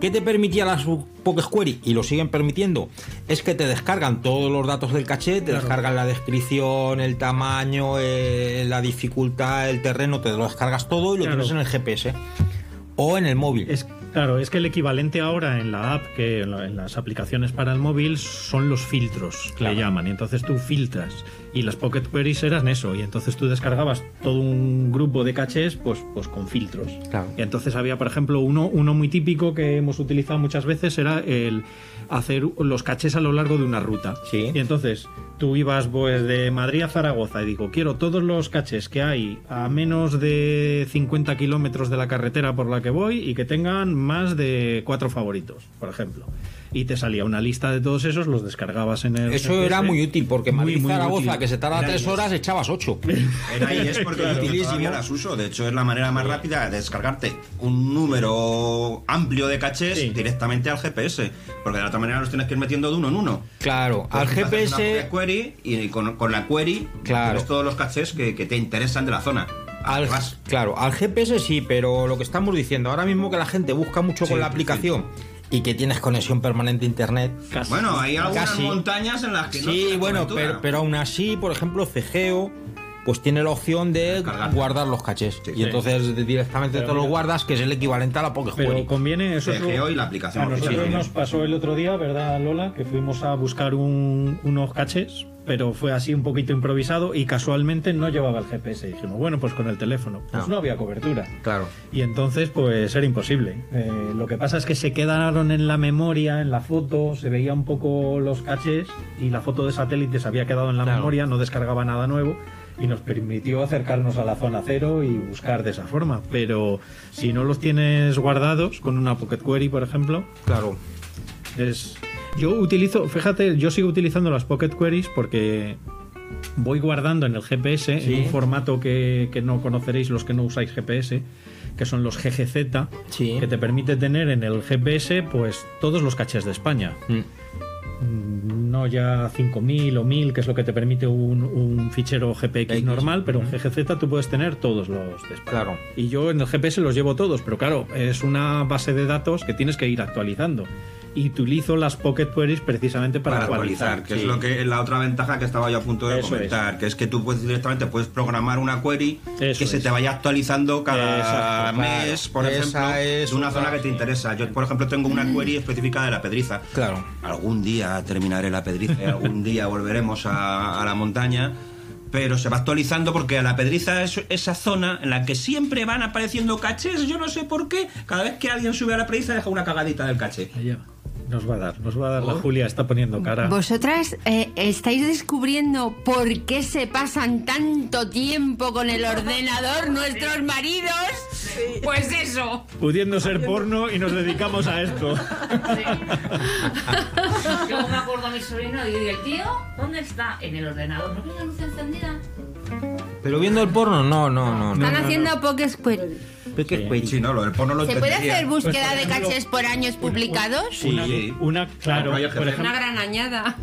¿Qué te permitía las Pocket Query? Y lo siguen permitiendo. Es que te descargan todos los datos del caché, te descargan la descripción, el tamaño, eh, la dificultad, el terreno, te lo descargas todo y lo
Claro.
tienes en el GPS. O en el móvil.
Es, claro, es que el equivalente ahora en la app, que en, la- en las aplicaciones para el móvil, son los filtros que
Claro.
le llaman. Y entonces tú filtras. Y las Pocket Queries eran eso. Y entonces tú descargabas todo un grupo de cachés pues, pues con filtros.
Claro.
Y entonces había, por ejemplo, uno, uno muy típico que hemos utilizado muchas veces era el hacer los cachés a lo largo de una ruta.
Sí.
Y entonces tú ibas pues de Madrid a Zaragoza y digo, quiero todos los cachés que hay a menos de 50 kilómetros de la carretera por la que voy y que tengan más de cuatro favoritos, por ejemplo. Y te salía una lista de todos esos, los descargabas en el...
Eso era muy útil porque
Muy, muy
Madrid-Zaragoza,
útil.
que se tarda
Era
tres
eso.
horas, echabas ocho.
En ahí es porque yo todavía las uso. De hecho, es la manera más rápida de descargarte un número amplio de cachés
Sí.
directamente al GPS. Porque de la otra manera los tienes que ir metiendo de uno en uno.
Claro, al
Entonces, haces una
GPS...
query y con, con la query
Claro.
tienes todos los cachés que, que te interesan de la zona.
Al,
Además,
claro, al GPS sí, pero lo que estamos diciendo, ahora mismo que la gente busca mucho con la aplicación y que tienes conexión permanente a internet.
Casi.
bueno, hay algunas
Casi.
montañas en las que no
Sí,
tienes
bueno,
cobertura.
pero, pero aún así, por ejemplo, Cegeo, pues tiene la opción de
Descargar.
guardar los cachés. y
sí.
entonces directamente
Pero
te los
mira.
guardas, que es el equivalente a la Pocket
Pero
Query.
conviene eso. es lo-
CGO y la aplicación
A nosotros
oficial.
nos pasó el otro día, ¿verdad, Lola? Que fuimos a buscar un- unos caches, pero fue así un poquito improvisado y casualmente no llevaba el GPS. Dijimos, bueno, pues con el teléfono. Pues
Ah.
no había cobertura.
Claro.
Y entonces, pues era imposible. Eh, lo que pasa es que se quedaron en la memoria, en la foto, se veía un poco los caches y la foto de satélite se había quedado en la
Claro.
memoria, no descargaba nada nuevo y nos permitió acercarnos a la zona cero y buscar de esa forma. Pero si no los tienes guardados con una Pocket Query, por ejemplo,
Claro.
es. Yo utilizo, fíjate, yo sigo utilizando las Pocket Queries porque voy guardando en el GPS en un formato que, que no conoceréis los que no usáis GPS, que son los GGZ,
Sí.
que te permite tener en el GPS pues todos los cachés de España.
Mm.
Mm, No ya 5.000 o 1.000, que es lo que te permite un, un fichero GPX
X. mm.
normal, pero un GGZ tú puedes tener todos los de España.
Claro.
Y yo en el GPS los llevo todos, pero claro, es una base de datos que tienes que ir actualizando. Y utilizo las Pocket Queries precisamente para,
para actualizar, que es lo que es la otra ventaja que estaba yo a punto de
Eso
comentar, que es que tú puedes directamente puedes programar una query
Eso
que se
es.
te vaya actualizando cada
claro.
Exacto,
mes, por
Esa
ejemplo,
es
de una
otra-
zona que te interesa. Yo, por ejemplo, tengo una query específica de la Pedriza.
Claro.
Algún día terminaré la Pedriza, y algún día volveremos a, a la montaña. Pero se va actualizando porque a la pedriza es esa zona en la que siempre van apareciendo cachés. Yo no sé por qué. Cada vez que alguien sube a la pedriza deja una cagadita del caché.
Nos va a dar, nos va a dar. La
Oh.
Julia está poniendo cara.
Vosotras eh, estáis descubriendo por qué se pasan tanto tiempo con el ordenador nuestros maridos.
Pues eso.
Pudiendo ser porno y nos dedicamos a esto.
Yo me acuerdo a mi sobrino y digo, el tío, ¿dónde está? En el ordenador. ¿No tiene la luz encendida?
Pero viendo el porno, no, no, no. no.
Están haciendo poke square.
Sí, no, lo del porno lo
¿Se puede
entendería.
hacer búsqueda de
Pues,
cachés por años publicados?
Sí.
Una, claro,
Ah, no, ya que hacemos.
por ejemplo,
Una gran añada.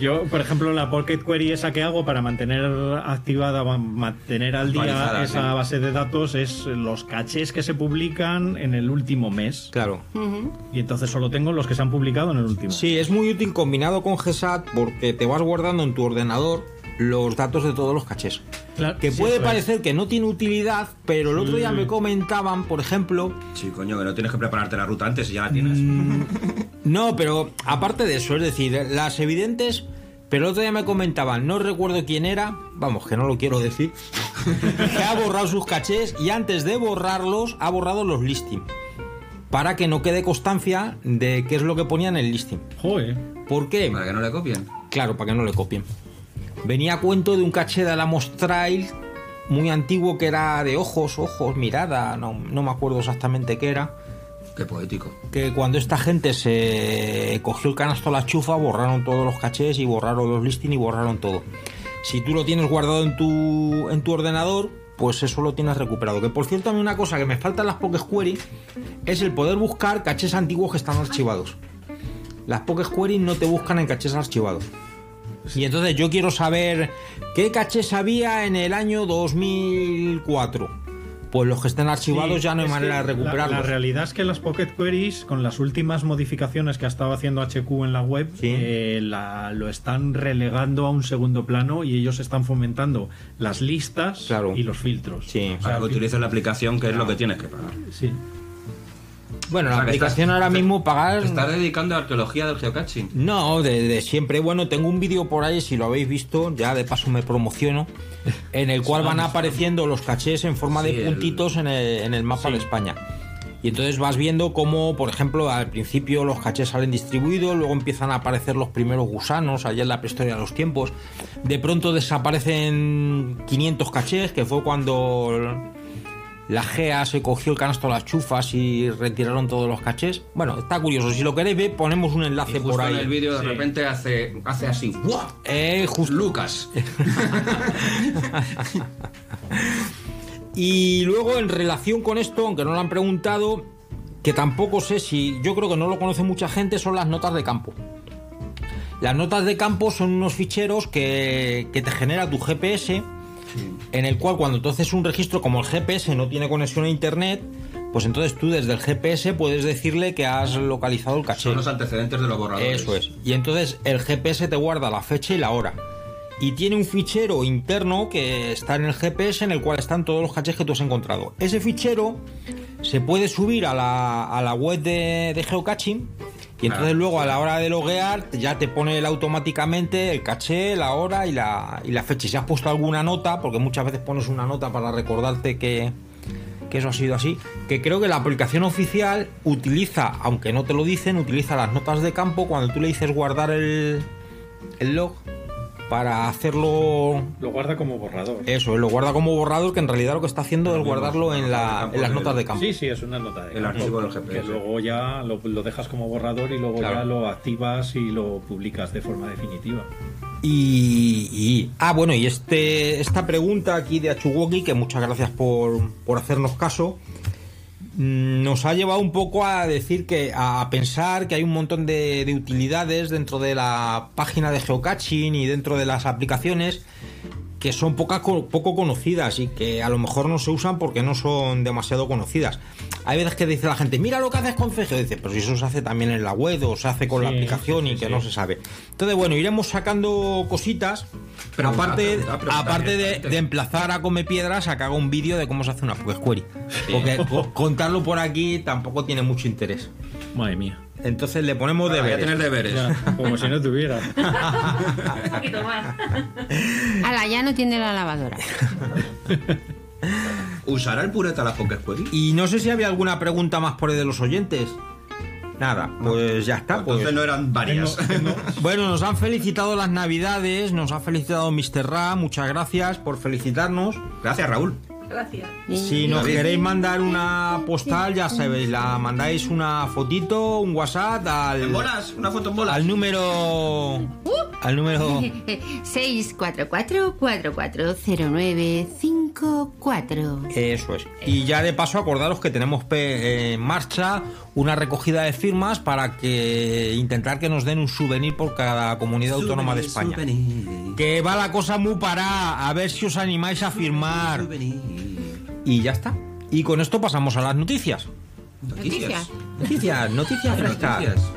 yo, por ejemplo, la Pocket Query esa que hago para mantener activada, ma- mantener al día
Actualizada,
esa
sí.
base de datos es los cachés que se publican en el último mes.
Claro.
Y entonces solo tengo los que se han publicado en el último.
Sí, es muy útil combinado con GESAT porque te vas guardando en tu ordenador los datos de todos los cachés.
Claro,
Que
sí,
puede
eso es. Mm.
parecer que no tiene utilidad, pero el otro día me comentaban, por ejemplo,
Sí, coño, que no tienes que prepararte la ruta antes y ya la tienes.
Mm. No, pero aparte de eso, es decir, las evidentes, pero el otro día me comentaban, no recuerdo quién era, vamos, que no lo quiero decir, que ha borrado sus cachés y antes de borrarlos ha borrado los listing, para que no quede constancia de qué es lo que ponía en el listing.
Joder.
¿Por qué?
Para que no le copien.
Claro, para que no le copien. Venía a cuento de un caché de Alamos Trail muy antiguo que era de ojos, ojos, mirada, no, no me acuerdo exactamente qué era
Qué poético.
que cuando esta gente se cogió el canasto a la chufa, borraron todos los cachés y borraron los listings y borraron todo. Si tú lo tienes guardado en tu, en tu ordenador, pues eso lo tienes recuperado. Que por cierto, a mí una cosa que me falta en las Poké Query es el poder buscar cachés antiguos que están archivados. Las Poké Query no te buscan en cachés archivados. Y entonces yo quiero saber qué cachés había en el año 2004. Pues los que estén archivados
Sí,
ya no hay
es
manera de
que la-
recuperarlos.
La, realidad es que las Pocket Queries, con las últimas modificaciones que ha estado haciendo HQ en la web,
Sí.
eh, la- lo están relegando a un segundo plano y ellos están fomentando las listas
Claro.
y los filtros.
Sí.
O sea,
Para que
fi-
utilices la aplicación, que es lo que tienes que pagar.
sí.
Bueno, la
O sea, que
aplicación
estás-
ahora
te-
mismo pagar.
¿Te estás dedicando a arqueología del geocaching?
No, desde siempre. Bueno, tengo un vídeo por ahí, si lo habéis visto, ya de paso me promociono, en el cual van apareciendo los cachés en forma
Ah, Sí,
de
el-
puntitos en, el, en el mapa de España. Y entonces vas viendo cómo, por ejemplo, al principio los cachés salen distribuidos, luego empiezan a aparecer los primeros gusanos, allá en la prehistoria de los tiempos. De pronto desaparecen 500 cachés, que fue cuando la GEA se cogió el canasto a las chufas y retiraron todos los cachés. Bueno, está curioso. Si lo queréis ver, ponemos un
Y
enlace
justo
por ahí.
en el vídeo de repente hace, hace así. ¡Guau!
Eh, justo.
Lucas.
Y luego, en relación con esto, aunque no lo han preguntado, que tampoco sé si, yo creo que no lo conoce mucha gente, son las notas de campo. Las notas de campo son unos ficheros que, que te genera tu GPS, en el cual cuando tú haces un registro, como el GPS no tiene conexión a internet, pues entonces tú desde el GPS puedes decirle que has localizado el caché.
Son los antecedentes de los borradores.
Eso es. Y entonces el GPS te guarda la fecha y la hora. Y tiene un fichero interno que está en el GPS en el cual están todos los cachés que tú has encontrado. Ese fichero se puede subir a la, a la web de, de geocaching y entonces
Ah.
luego a la hora de loguear ya te pone él automáticamente el caché, la hora y la, y la fecha. Y si has puesto alguna nota, porque muchas veces pones una nota para recordarte que, que eso ha sido así, que creo que la aplicación oficial utiliza, aunque no te lo dicen, utiliza las notas de campo cuando tú le dices guardar el, el log para hacerlo...
Lo guarda como borrador.
Eso, lo guarda como borrador, que en realidad lo que está haciendo es guardarlo en, la- en las notas de campo.
Sí, sí, es una nota de
El archivo del
Que
GPS.
luego ya lo, lo dejas como borrador y luego
Claro.
ya lo activas y lo publicas de forma definitiva.
Y, y- ah, bueno, y este esta pregunta aquí de Achuwoki, que muchas gracias por, por hacernos caso, mm, nos ha llevado un poco a decir que a pensar que hay un montón de, de utilidades dentro de la página de geocaching y dentro de las aplicaciones que son poca- poco conocidas y que a lo mejor no se usan porque no son demasiado conocidas. Hay veces que dice la gente, mira lo que haces con Fegeo, dice, pero si eso se hace también en la web o se hace con la
Sí,
aplicación
sí,
y
sí,
que
sí.
no se sabe. Entonces, bueno, iremos sacando cositas, pero
Pero
aparte,
a- a preguntar
aparte de,
directamente.
de emplazar a Come Piedras a que haga un vídeo de cómo se hace una Poké Query. Porque co- contarlo por aquí tampoco tiene mucho interés.
Madre mía.
Entonces le ponemos
Ahora, voy a
deberes.
tener deberes.
Ya, como si no tuviera.
Un poquito más.
Ala, ya no tiene la lavadora.
¿Usará el pureta la Poker Query?
Y no sé si había alguna pregunta más por ahí de los oyentes. Nada, pues ya está.
Entonces
pues-
no eran varias.
Bueno, nos han felicitado las navidades, nos ha felicitado Mr. Ra, muchas gracias por felicitarnos.
Gracias, Raúl.
Gracias.
Si nos
David.
queréis mandar una postal, ya sabéis, la mandáis una fotito, un WhatsApp
En
al,
bolas, una foto en bolas.
al número... Al número... eh,
644-440954.
Eso es. Y ya de paso acordaros que tenemos pe- eh, en marcha una recogida de firmas para que intentar que nos den un souvenir por cada comunidad autónoma de España. Que va la cosa muy parada, a ver si os animáis a firmar. Y ya está. Y con esto pasamos a las noticias.
Noticias.
Noticias, noticias frescas.
Noticias.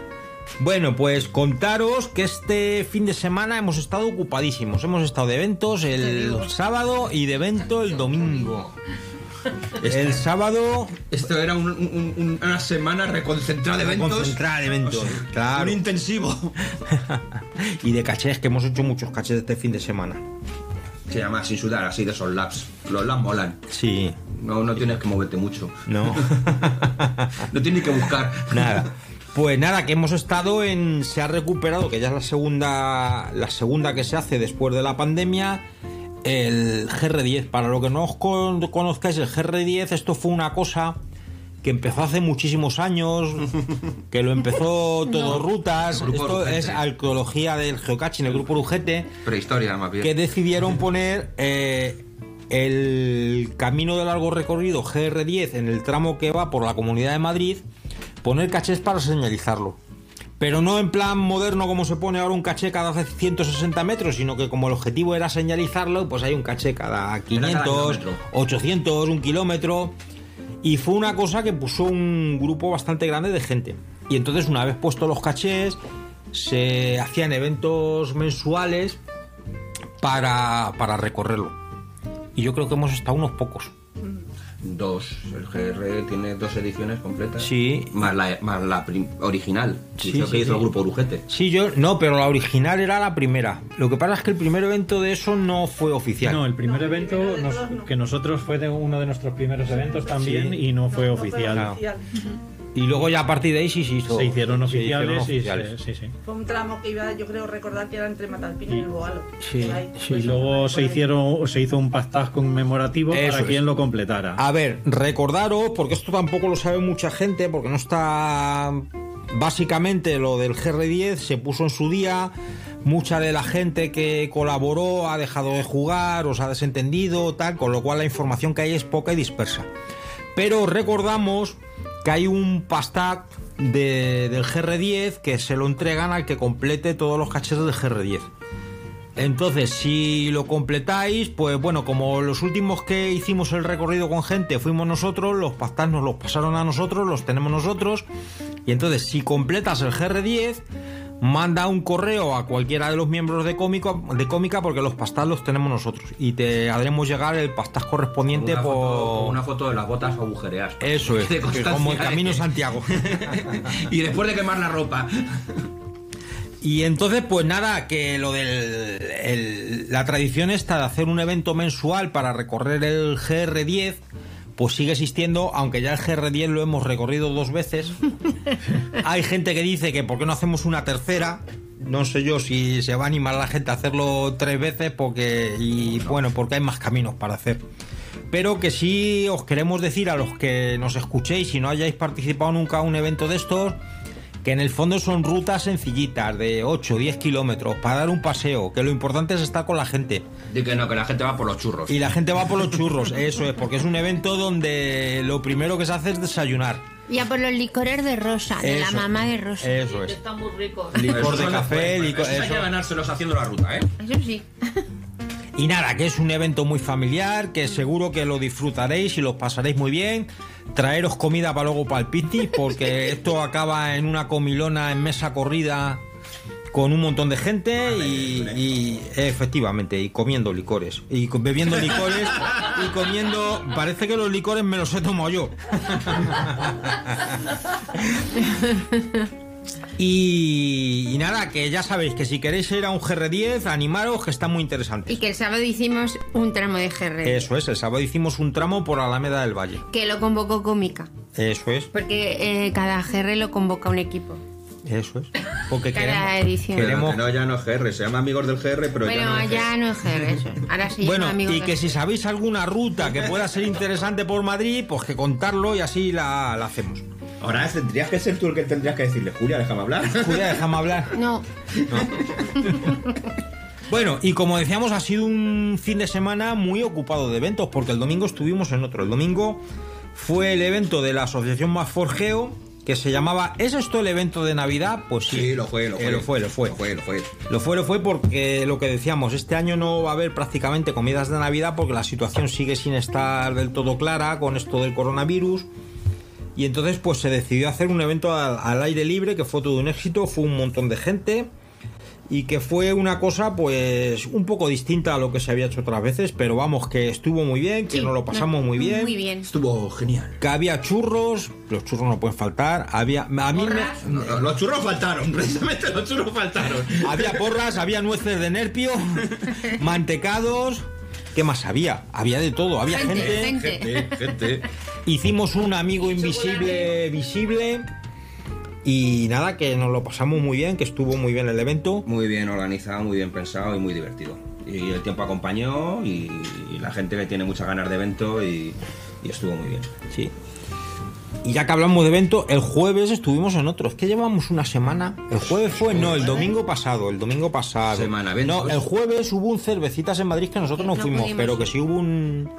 Bueno, pues contaros que este fin de semana hemos estado ocupadísimos. Hemos estado de eventos el sábado y de evento el domingo. El sábado
Esto era un- un- un- una semana reconcentrada de eventos.
concentrar eventos. claro.
Un intensivo.
y de cachés, que hemos hecho muchos cachés este fin de semana.
Se llama sin sudar, así de esos laps. Los laps molan.
Sí,
No, no tienes que moverte mucho.
no.
No tienes que buscar.
nada. Pues nada, que hemos estado en. Se ha recuperado, que ya es la segunda. La segunda que se hace después de la pandemia. El GR10. Para lo que no os con- conozcáis, el GR10, esto fue una cosa que empezó hace muchísimos años. Que lo empezó todo rutas.
el grupo
Esto
Urgente.
es arqueología del geocaching, el grupo Urgente.
Prehistoria, más Ah, bien.
que decidieron poner eh, el camino de largo recorrido GR10 en el tramo que va por la Comunidad de Madrid, poner cachés para señalizarlo. Pero no en plan moderno como se pone ahora un caché cada 160 metros, sino que como el objetivo era señalizarlo, pues hay un caché cada 500,
kilómetro.
800, un kilómetro. Y fue una cosa que puso un grupo bastante grande de gente. Y entonces, una vez puestos los cachés, se hacían eventos mensuales para, para recorrerlo. Y yo creo que hemos estado unos pocos.
Dos. El GR tiene dos ediciones completas.
Sí.
Más la, más la prim- original.
Sí,
Creo
sí,
que hizo
sí.
el grupo Brujete.
Sí, yo. No, pero la original era la primera. Lo que pasa es que el primer evento de eso no fue oficial.
No, el primer evento nos- que nosotros fue de uno de nuestros primeros eventos también y no fue oficial.
no. Y luego ya a partir de ahí sí se hizo.
Se hicieron
se hicieron
oficiales,
oficiales.
y se- sí, sí.
Fue un tramo que iba, yo creo recordar que era entre Matalpino y el Boalo.
Sí,
Por ahí.
Y
Pues,
luego
por
se
ahí.
hicieron, se hizo un pastaj conmemorativo
Eso
para
es. Ah.
quien lo completara.
A ver, recordaros, porque esto tampoco lo sabe mucha gente, porque no está... Básicamente lo del GR10 se puso en su día, mucha de la gente que colaboró ha dejado de jugar, os ha desentendido, tal, con lo cual la información que hay es poca y dispersa. Pero recordamos que hay un pastac de- del GR10 que se lo entregan al que complete todos los cachés del GR10. Entonces, si lo completáis, pues bueno, como los últimos que hicimos el recorrido con gente fuimos nosotros, los pastas nos los pasaron a nosotros, los tenemos nosotros. Y entonces, si completas el GR10, manda un correo a cualquiera de los miembros de, cómico, de cómica porque los pastas los tenemos nosotros. Y te haremos llegar el pastas correspondiente
Una
por...
foto, una foto de las botas agujereadas.
Eso es,
De
que
constancia
como el
de
Camino
que-
Santiago.
y después de quemar la ropa.
Y entonces, pues nada, que lo del. el- la tradición esta de hacer un evento mensual para recorrer el GR10, pues sigue existiendo, aunque ya el GR10 lo hemos recorrido dos veces. Hay gente que dice que por qué no hacemos una tercera. No sé yo si se va a animar la gente a hacerlo tres veces porque. Y bueno, porque hay más caminos para hacer. Pero que sí os queremos decir a los que nos escuchéis y no hayáis participado nunca en un evento de estos, que en el fondo son rutas sencillitas de 8 o 10 kilómetros para dar un paseo, que lo importante es estar con la gente.
Di que no, que la gente va por los churros.
Y la gente va por los churros, eso es, porque es un evento donde lo primero que se hace es desayunar.
Ya por los licores de Rosa, de la
Eso. Eh.
mamá de Rosa.
Eso es.
Está muy rico.
Licor de
Eso
café,
no fue-
licor...
eso hay
eso.
que ganárselos haciendo la ruta, ¿eh?
Eso sí.
Y nada, que es un evento muy familiar, que seguro que lo disfrutaréis y lo pasaréis muy bien. Traeros comida para luego para el picnic, porque esto acaba en una comilona en mesa corrida con un montón de gente y, y- efectivamente, y comiendo licores. Y co- bebiendo licores y comiendo... Parece que los licores me los he tomado yo. Y, y nada, que ya sabéis que si queréis ir a un GR10, animaros, que está muy interesante.
Y que el sábado hicimos un tramo de GR.
Eso es, el sábado hicimos un tramo por Alameda del Valle.
Que lo convocó Cómica.
Eso es,
Porque eh, cada GR lo convoca un equipo.
eso es. Porque
Cada
queremos,
edición.
Pero
queremos-
que no, ya no es GR, se llama Amigos del GR, pero ya
bueno,
no es
ya no es GR eso. Ahora sí,
E. Bueno,
amigos
y
de- E.
que si sabéis alguna ruta que pueda ser interesante por Madrid, pues que contarlo y así la, la hacemos.
Ahora tendrías que ser tú el que tendrías que decirle, Julia, déjame hablar.
Julia, déjame hablar.
No,
Bueno, y como decíamos, ha sido un fin de semana muy ocupado de eventos, porque el domingo estuvimos en otro. El domingo fue el evento de la asociación Más Forgeo, que se llamaba ¿Es esto el evento de Navidad? Pues sí.
Sí, lo fue, lo
Eh,
fue.
lo fue, lo fue.
Lo fue, lo fue.
Lo fue, lo fue porque lo que decíamos, este año no va a haber prácticamente comidas de Navidad porque la situación sigue sin estar del todo clara con esto del coronavirus. Y entonces pues se decidió hacer un evento al, al aire libre que fue todo un éxito, fue un montón de gente y que fue una cosa pues un poco distinta a lo que se había hecho otras veces, pero vamos que estuvo muy bien, que
sí,
nos lo pasamos muy bien.
Muy bien.
Estuvo genial.
Que había churros, los churros no pueden faltar, había a mí me-
No, Los churros faltaron, precisamente los churros faltaron.
Había porras, había nueces de nerpio, mantecados. ¿Qué más había? Había de todo, había gente.
Gente, gente.
Gente, gente.
Hicimos un amigo invisible visible. Y nada, que nos lo pasamos muy bien, que estuvo muy bien el evento.
Muy bien organizado, muy bien pensado y muy divertido. Y el tiempo acompañó y, y la gente le tiene muchas ganas de evento y, y estuvo muy bien.
Sí. Y ya que hablamos de evento, el jueves estuvimos en otro. Es que llevamos una semana. El jueves fue, no, el domingo pasado. El domingo pasado.
Semana, eventos.
No, el jueves hubo un cervecitas en Madrid que nosotros no,
No
fuimos,
pudimos.
pero que sí hubo un,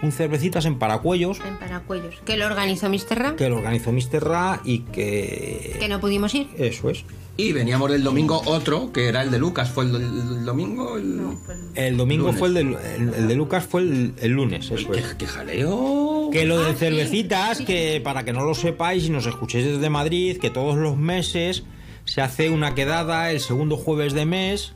un cervecitas en Paracuellos.
En Paracuellos. Que lo organizó Mr. Ram.
que lo organizó Mr. Ra y que...
Que no pudimos ir.
Eso es.
Y veníamos del domingo otro, que era el de Lucas. ¿Fue el, do- el domingo? El...
El domingo
Lunes.
fue el de, el- el de Lucas fue el, el lunes, eso
¿Qué,
es.
Pues qué jaleo!
Que lo
Ah,
de
sí,
cervecitas,
sí.
que para que no lo sepáis y nos escuchéis desde Madrid, que todos los meses se hace una quedada el segundo jueves de mes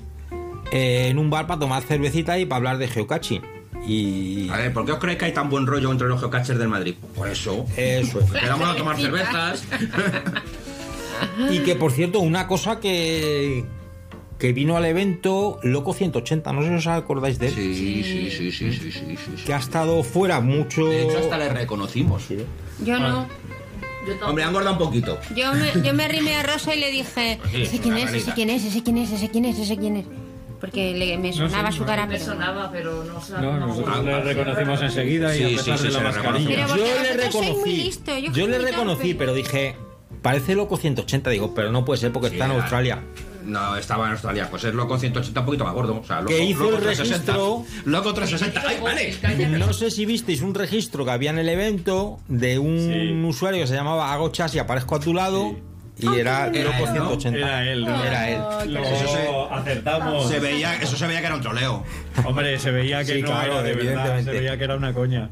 eh, en un bar para tomar cervecita y para hablar de geocaching. Y...
A ver, ¿por qué os creéis que hay tan buen rollo entre los geocachers del Madrid? Por eso. Pues
Eso es.
Quedamos a tomar cervezas.
Y que por cierto, una cosa que, que vino al evento, Loco 180, no sé si os acordáis de él,
Sí, sí, sí, sí, sí, sí, sí, sí.
que ha estado fuera mucho...
De hecho, hasta le reconocimos.
Ah.
Yo no.
Hombre, han engordado un poquito.
Yo me, yo me arrimé a Rosa y le dije,
Pues sí,
sé quién es, sé
Margarita.
quién es, sé quién es, sé quién es, sé quién es. Porque le- me sonaba
sé,
su
no,
cara,
Me
pero...
sonaba, pero no sé.
No, nosotros le reconocimos enseguida y
Sí,
a
sí,
pesar
sí,
de
se
la
le
mascarilla.
reconoce.
yo
porque
le
vosotros sois
reconocí.
muy listo, yo
yo
soy
le
muy
reconocí,
torpe.
pero dije, parece loco 180, digo, pero no puede ser porque
Sí,
está en
claro.
Australia.
No, estaba en Australia. Pues es loco 180, un poquito más gordo. O sea, loco,
Que hizo
loco
el
360.
registro.
Loco 360. ¡Ay, vale!
No sé si visteis un registro que había en el evento de un
Sí.
usuario que se llamaba Hago chas y aparezco a tu lado
Ah,
y era
Era
loco
él, ¿no?
180.
Era él, ¿no?
Era él.
Lo
Eso se-
acertamos.
Se veía, eso se veía que era un troleo.
Hombre, se veía que
Sí,
no
claro,
era de verdad,
evidentemente.
se veía que era una coña.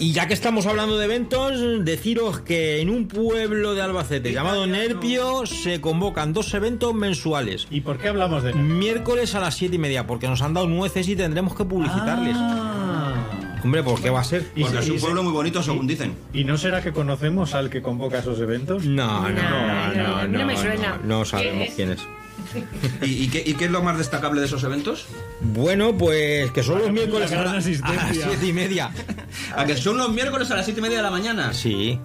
Y ya que estamos hablando de eventos, deciros que en un pueblo de Albacete llamado Nerpio se convocan dos eventos mensuales.
¿Y por qué hablamos de él?
Miércoles a las 7 y media, porque nos han dado nueces y tendremos que publicitarles.
Ah.
Ah.
Hombre, ¿por qué va a ser?
Y
Porque
se-
es
y
un
se-
pueblo muy bonito, según dicen.
¿Y no será que conocemos al que convoca esos eventos?
No, no, no,
No,
no,
a mí no me suena.
no, no sabemos quién
¿Quién
es.
¿Y, y qué, y qué es lo más destacable de esos eventos?
Bueno, pues que son los
Hagamos
miércoles
una
a,
gran
la-
asistencia.
a las siete y media.
A que son los miércoles a las 7 y media de la mañana.
Sí.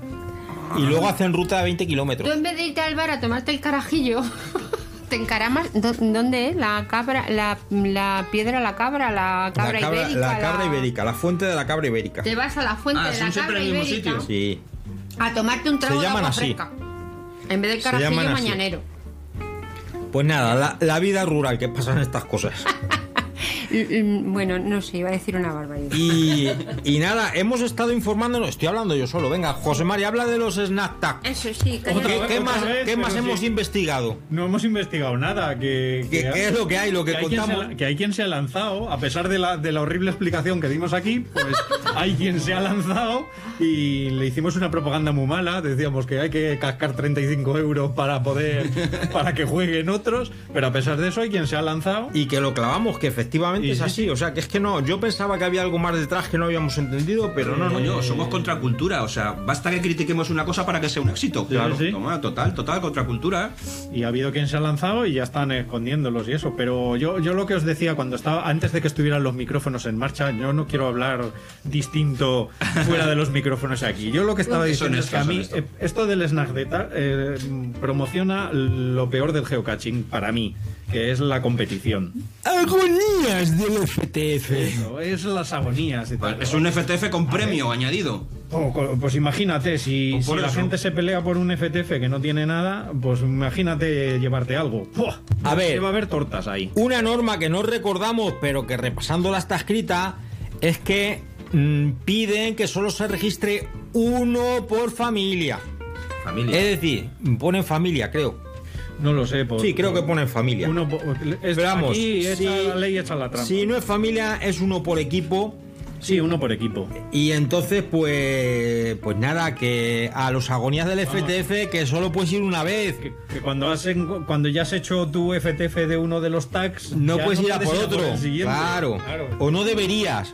Y luego hacen ruta de 20
Tú
kilómetros.
en vez de irte al bar a tomarte el carajillo, te encaramas... ¿dó- ¿Dónde es? La cabra, la, la piedra, la cabra, la cabra
la cabra,
ibérica.
la cabra ibérica, la fuente de la cabra ibérica.
Te vas a la fuente
Ah,
de
son
la
siempre
cabra
en el mismo
ibérica
sitio.
Sí.
a tomarte un trago
Se
de
llaman
agua
así.
fresca. En vez del
Se
carajillo
llaman así.
mañanero.
Pues nada, la, la vida rural que pasan estas cosas.
Y- y, Bueno, no sé, iba a decir una barbaridad.
Y, y nada, hemos estado informándonos. Estoy hablando yo solo. Venga, José María, habla de los snack tag.
Eso sí,
¿Qué,
calla.
Otra vez,
qué
otra
más,
vez,
qué
pero
más
sí.
hemos investigado?
No hemos investigado nada. Que,
¿Qué, qué es lo que hay? Lo que,
que hay quien
contamos.
se ha- que hay quien se ha lanzado, a pesar de la, de la horrible explicación que dimos aquí, pues hay quien se ha lanzado y le hicimos una propaganda muy mala. Decíamos que hay que cascar 35 euros para poder, para que jueguen otros, pero a pesar de eso hay quien se ha lanzado.
Y que lo clavamos, que Efectivamente, es así. O sea, que es que no, yo pensaba que había algo más detrás que no habíamos entendido, pero no, no.
Coño, somos contracultura, o sea, basta que critiquemos una cosa para que sea un éxito. Claro,
sí.
Toma, total, total, contracultura.
y ha habido quien se ha lanzado y ya están escondiéndolos y eso. Pero yo, yo lo que os decía cuando estaba, antes de que estuvieran los micrófonos en marcha, yo no quiero hablar distinto fuera de los micrófonos aquí. Yo lo que estaba
Son
diciendo es que a
estos,
mí,
son
eh,
estos.
esto del snack data eh, promociona lo peor del geocaching para mí, que es la competición.
Agonías del FTF.
Eso, es las agonías y
Pues
tal.
Es un FTF con premio añadido.
Oh, co- pues imagínate, si,
Pues por
si la
eso.
gente se pelea por un FTF que no tiene nada, pues imagínate llevarte algo. ¡Buah!
A ver.
Va a haber tortas ahí.
Una norma que no recordamos, pero que repasándola está escrita, es que mm, piden que solo se registre uno por familia.
Familia.
Es decir, ponen familia, creo.
No lo sé. por-
Sí, creo que
por-
ponen familia.
Uno po- es-
Pero vamos,
aquí echa
si-
la ley, echa la trampa.
Si no es familia, es uno por equipo.
Sí, uno por equipo.
Y entonces, pues, pues nada, que a los agonías del FTF que solo puedes ir una vez.
Que, que cuando, has en- cuando ya has hecho tu FTF de uno de los tags,
No
ya
puedes ir a por
puedes
otro.
el siguiente.
claro. O no deberías.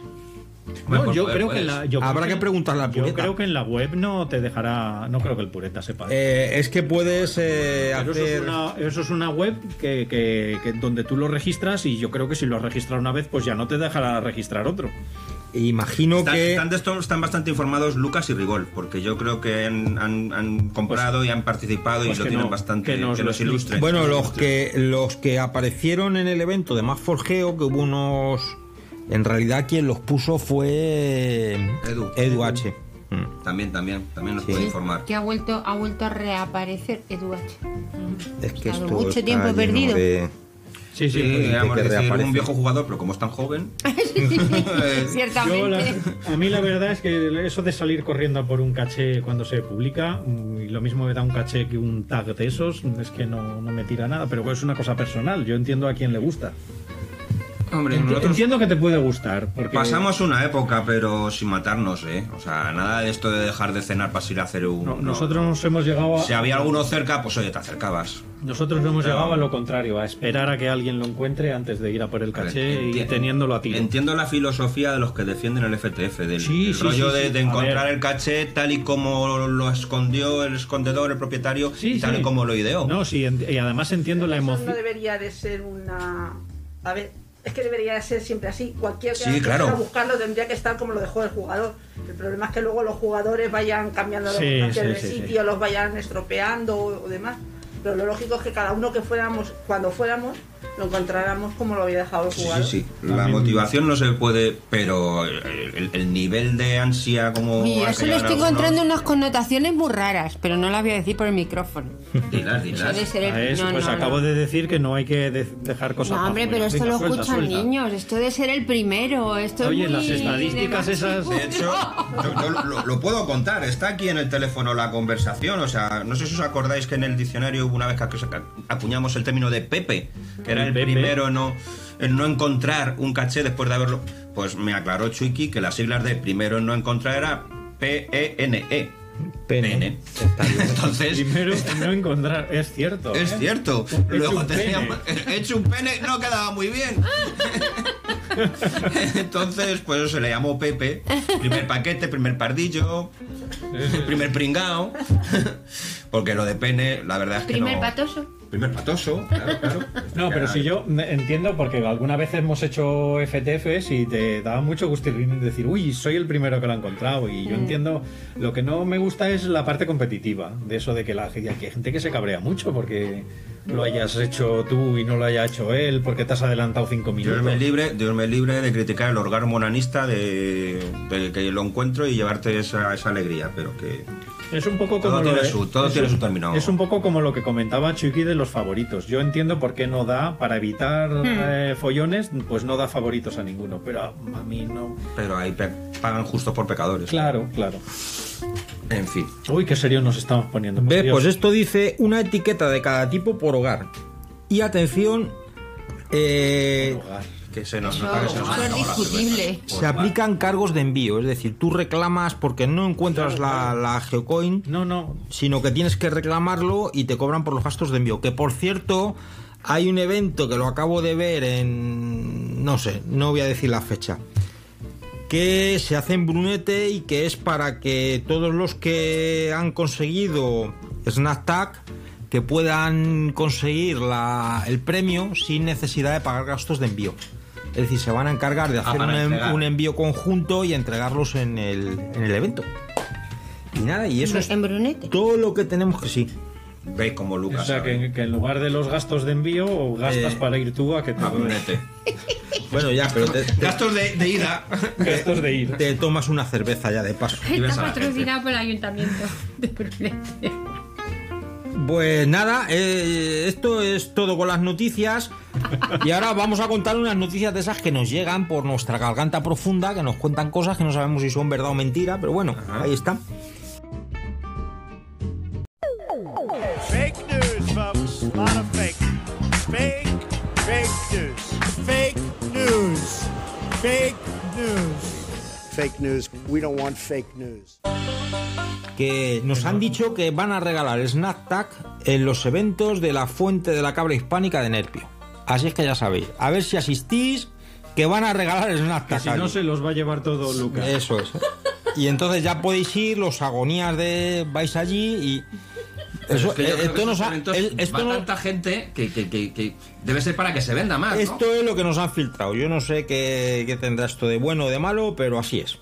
No,
Bueno,
yo
pues,
creo
pues,
que en la, yo creo
Habrá que preguntarle al
Yo
Pureta.
creo que en la web no te dejará. No creo que el pureta sepa.
Eh, es que puedes eh,
Pero eso, es
hacer.
una, eso es una web que, que- que- donde tú lo registras y yo creo que si lo has registrado una vez, pues ya no te dejará registrar otro.
Imagino
Están,
que.
están de esto- están bastante informados Lucas y Rigol, porque yo creo que han, han- han comprado y han participado
pues
y lo
que
tienen
no,
bastante.
que
Que
nos
nos,
lo
ilustren.
Bueno,
nos
los
ilustren.
que, los que aparecieron en el evento de Más Forgeo, que hubo unos. En realidad, quien los puso fue.
Edu.
H. Mm.
También, también, también nos
Sí.
puede informar.
Que ha vuelto, ha vuelto a reaparecer Eduardo.
Es que
Claro,
esto
mucho
está
tiempo
lleno
perdido.
de-
Sí,
Sí,
pues,
digamos
que
decir,
reaparece.
un viejo jugador, pero como es tan joven.
Yo la-
Ciertamente.
a mí la verdad es que eso de salir corriendo a por un caché cuando se publica, mm, y lo mismo me da un caché que un tag de esos, es que no, no me tira nada, pero es una cosa personal, yo entiendo a quien le gusta.
Hombre, nosotros
Entiendo que te puede gustar, porque
pasamos una época, pero sin matarnos, ¿eh? O sea, nada de esto de dejar de cenar para ir a hacer un.
no-
no.
nosotros nos hemos llegado a,
Si había alguno cerca, pues oye, te acercabas.
nosotros no hemos llegado a lo contrario, a esperar a que alguien lo encuentre antes de ir a por el
A ver,
caché y
enti-
teniéndolo a tiro.
Entiendo la filosofía de los que defienden el FTF, del
Sí,
del
sí,
rollo
sí,
de,
sí.
de
A
encontrar
ver.
el caché tal y como lo escondió el escondedor, el propietario,
Sí,
y tal
sí.
y como lo ideó.
No, sí, ent- y además entiendo la
Eso no
emoción.
debería de ser una... A ver, es que debería de ser siempre así. Cualquier que
Sí,
vaya
claro.
a buscarlo tendría que estar como lo dejó el jugador. El problema es que luego los jugadores vayan cambiando los
Sí,
constancias
sí,
de
sí, sí.
sitio, los vayan estropeando o, o demás. Pero lo lógico es que cada uno que fuéramos, cuando fuéramos, lo encontráramos como lo había dejado el
Sí,
jugador.
sí, sí. La
También-
motivación no se puede, pero el, el nivel de ansia como...
Y
ha
yo solo
creado
estoy
algunos-
encontrando unas connotaciones muy raras, pero no las voy a decir por el micrófono.
Dilas, dilas.
Suele ser el-
A eso,
no,
pues
no,
acabo
no.
de decir que no hay que de- dejar cosas.
No, hombre,
para
pero
afuera.
esto
Venga,
lo
suelta,
escuchan
suelta.
niños. Esto de ser el primero. Esto
Oye,
es muy
las estadísticas
de
esas-
De hecho, yo, yo lo, lo puedo contar, está aquí en el teléfono la conversación, o sea, no sé si os acordáis que en el diccionario hubo una vez que ac- acuñamos el término de Pepe, que era el
Pepe.
primero en no, en no encontrar un caché después de haberlo... Pues me aclaró Chuiki que las siglas de primero en no encontrar era P-E-N-E.
Pene.
Pene. E. Entonces,
Primero, no encontrar, es cierto.
es
¿eh?
cierto.
He hecho
Luego
un pene.
teníamos... he Hecho un pene, no quedaba muy bien. Entonces, pues se le llamó Pepe. Primer paquete, primer pardillo, primer pringao. Porque lo de pene, la verdad es que
Primer
no-
patoso.
Primer patoso, claro, claro.
No, pero si yo me- entiendo, porque alguna vez hemos hecho FTFs y te da mucho gusto decir, uy, soy el primero que lo ha encontrado. Y
Mm.
yo entiendo, lo que no me gusta es la parte competitiva, de eso de que la que hay gente que se cabrea mucho porque lo hayas hecho tú y no lo haya hecho él, porque te has adelantado cinco
Dios
minutos.
me libre, Dios me libre de criticar el orgasmo onanista de, de que lo encuentro y llevarte esa, esa alegría, pero que
Es un poco
Todo
como lo
tiene
de-
su- todo
es
tiene
un-
su término.
Es un poco como lo que comentaba Chucky de los favoritos. Yo entiendo por qué no da, para evitar eh, follones, pues no da favoritos a ninguno. Pero a a mí no. Pues
pero ahí pe- pagan justos por pecadores.
Claro, claro.
En fin.
Uy, qué serio nos estamos poniendo. por
Ve,
Dios.
pues esto dice una etiqueta de cada tipo por hogar. Y atención, eh,
Hogar.
Que se nos
Eso
nota que se nos
es
ha acabado la
discutible.
cerveza.
se aplican cargos de envío. Es decir, tú reclamas porque no encuentras la, la Geocoin,
No, no.
sino que tienes que reclamarlo y te cobran por los gastos de envío. Que por cierto, Hay un evento que lo acabo de ver en. No sé, no voy a decir la fecha. Que se hace en Brunete y que es para que todos los que han conseguido SnapTag que puedan conseguir la- el premio sin necesidad de pagar gastos de envío. Es decir, se Ah, van a encargar de hacer
para
un, en-
entregar.
un envío conjunto y entregarlos en el, en el evento. Y nada, y eso es
En Brunete.
todo lo que tenemos que sí.
Veis como Lucas.
O sea,
sabe.
que, que en lugar de los gastos de envío, o gastas
Eh,
para ir tú a que te
Ah, brunete.
Bueno, ya, pero te, te-
Gastos de, de ida.
Gastos de ir.
te tomas una cerveza ya de paso.
Y ves
Está
a la gente.
patrocinado por el ayuntamiento de Brunete.
Pues nada, eh, esto es todo con las noticias. Y ahora vamos a contar unas noticias de esas que nos llegan por nuestra garganta profunda, que nos cuentan cosas que no sabemos si son verdad o mentira, pero bueno, ahí está.
Fake news, folks. A lot of fake. Fake, fake news. Fake news. Fake news. Fake news. We don't want fake news.
Que nos han dicho que van a regalar el snack tag en los eventos de la Fuente de la Cabra Hispánica de Nerpio. Así es que ya sabéis, a ver si asistís, que van a regalar el snack
Que
tag.
si no, se los va a llevar todo Lucas.
Eso es. Y entonces ya podéis ir, los agonías de vais allí y. Eso,
Es que yo
eh,
creo que
esto nos
esos
ha-
eventos
el-
va
esto no-
tanta gente que, que- que- que debe ser para que se venda más. ¿no?
esto es lo que nos han filtrado. Yo no sé qué, qué tendrá esto de bueno o de malo, pero así es.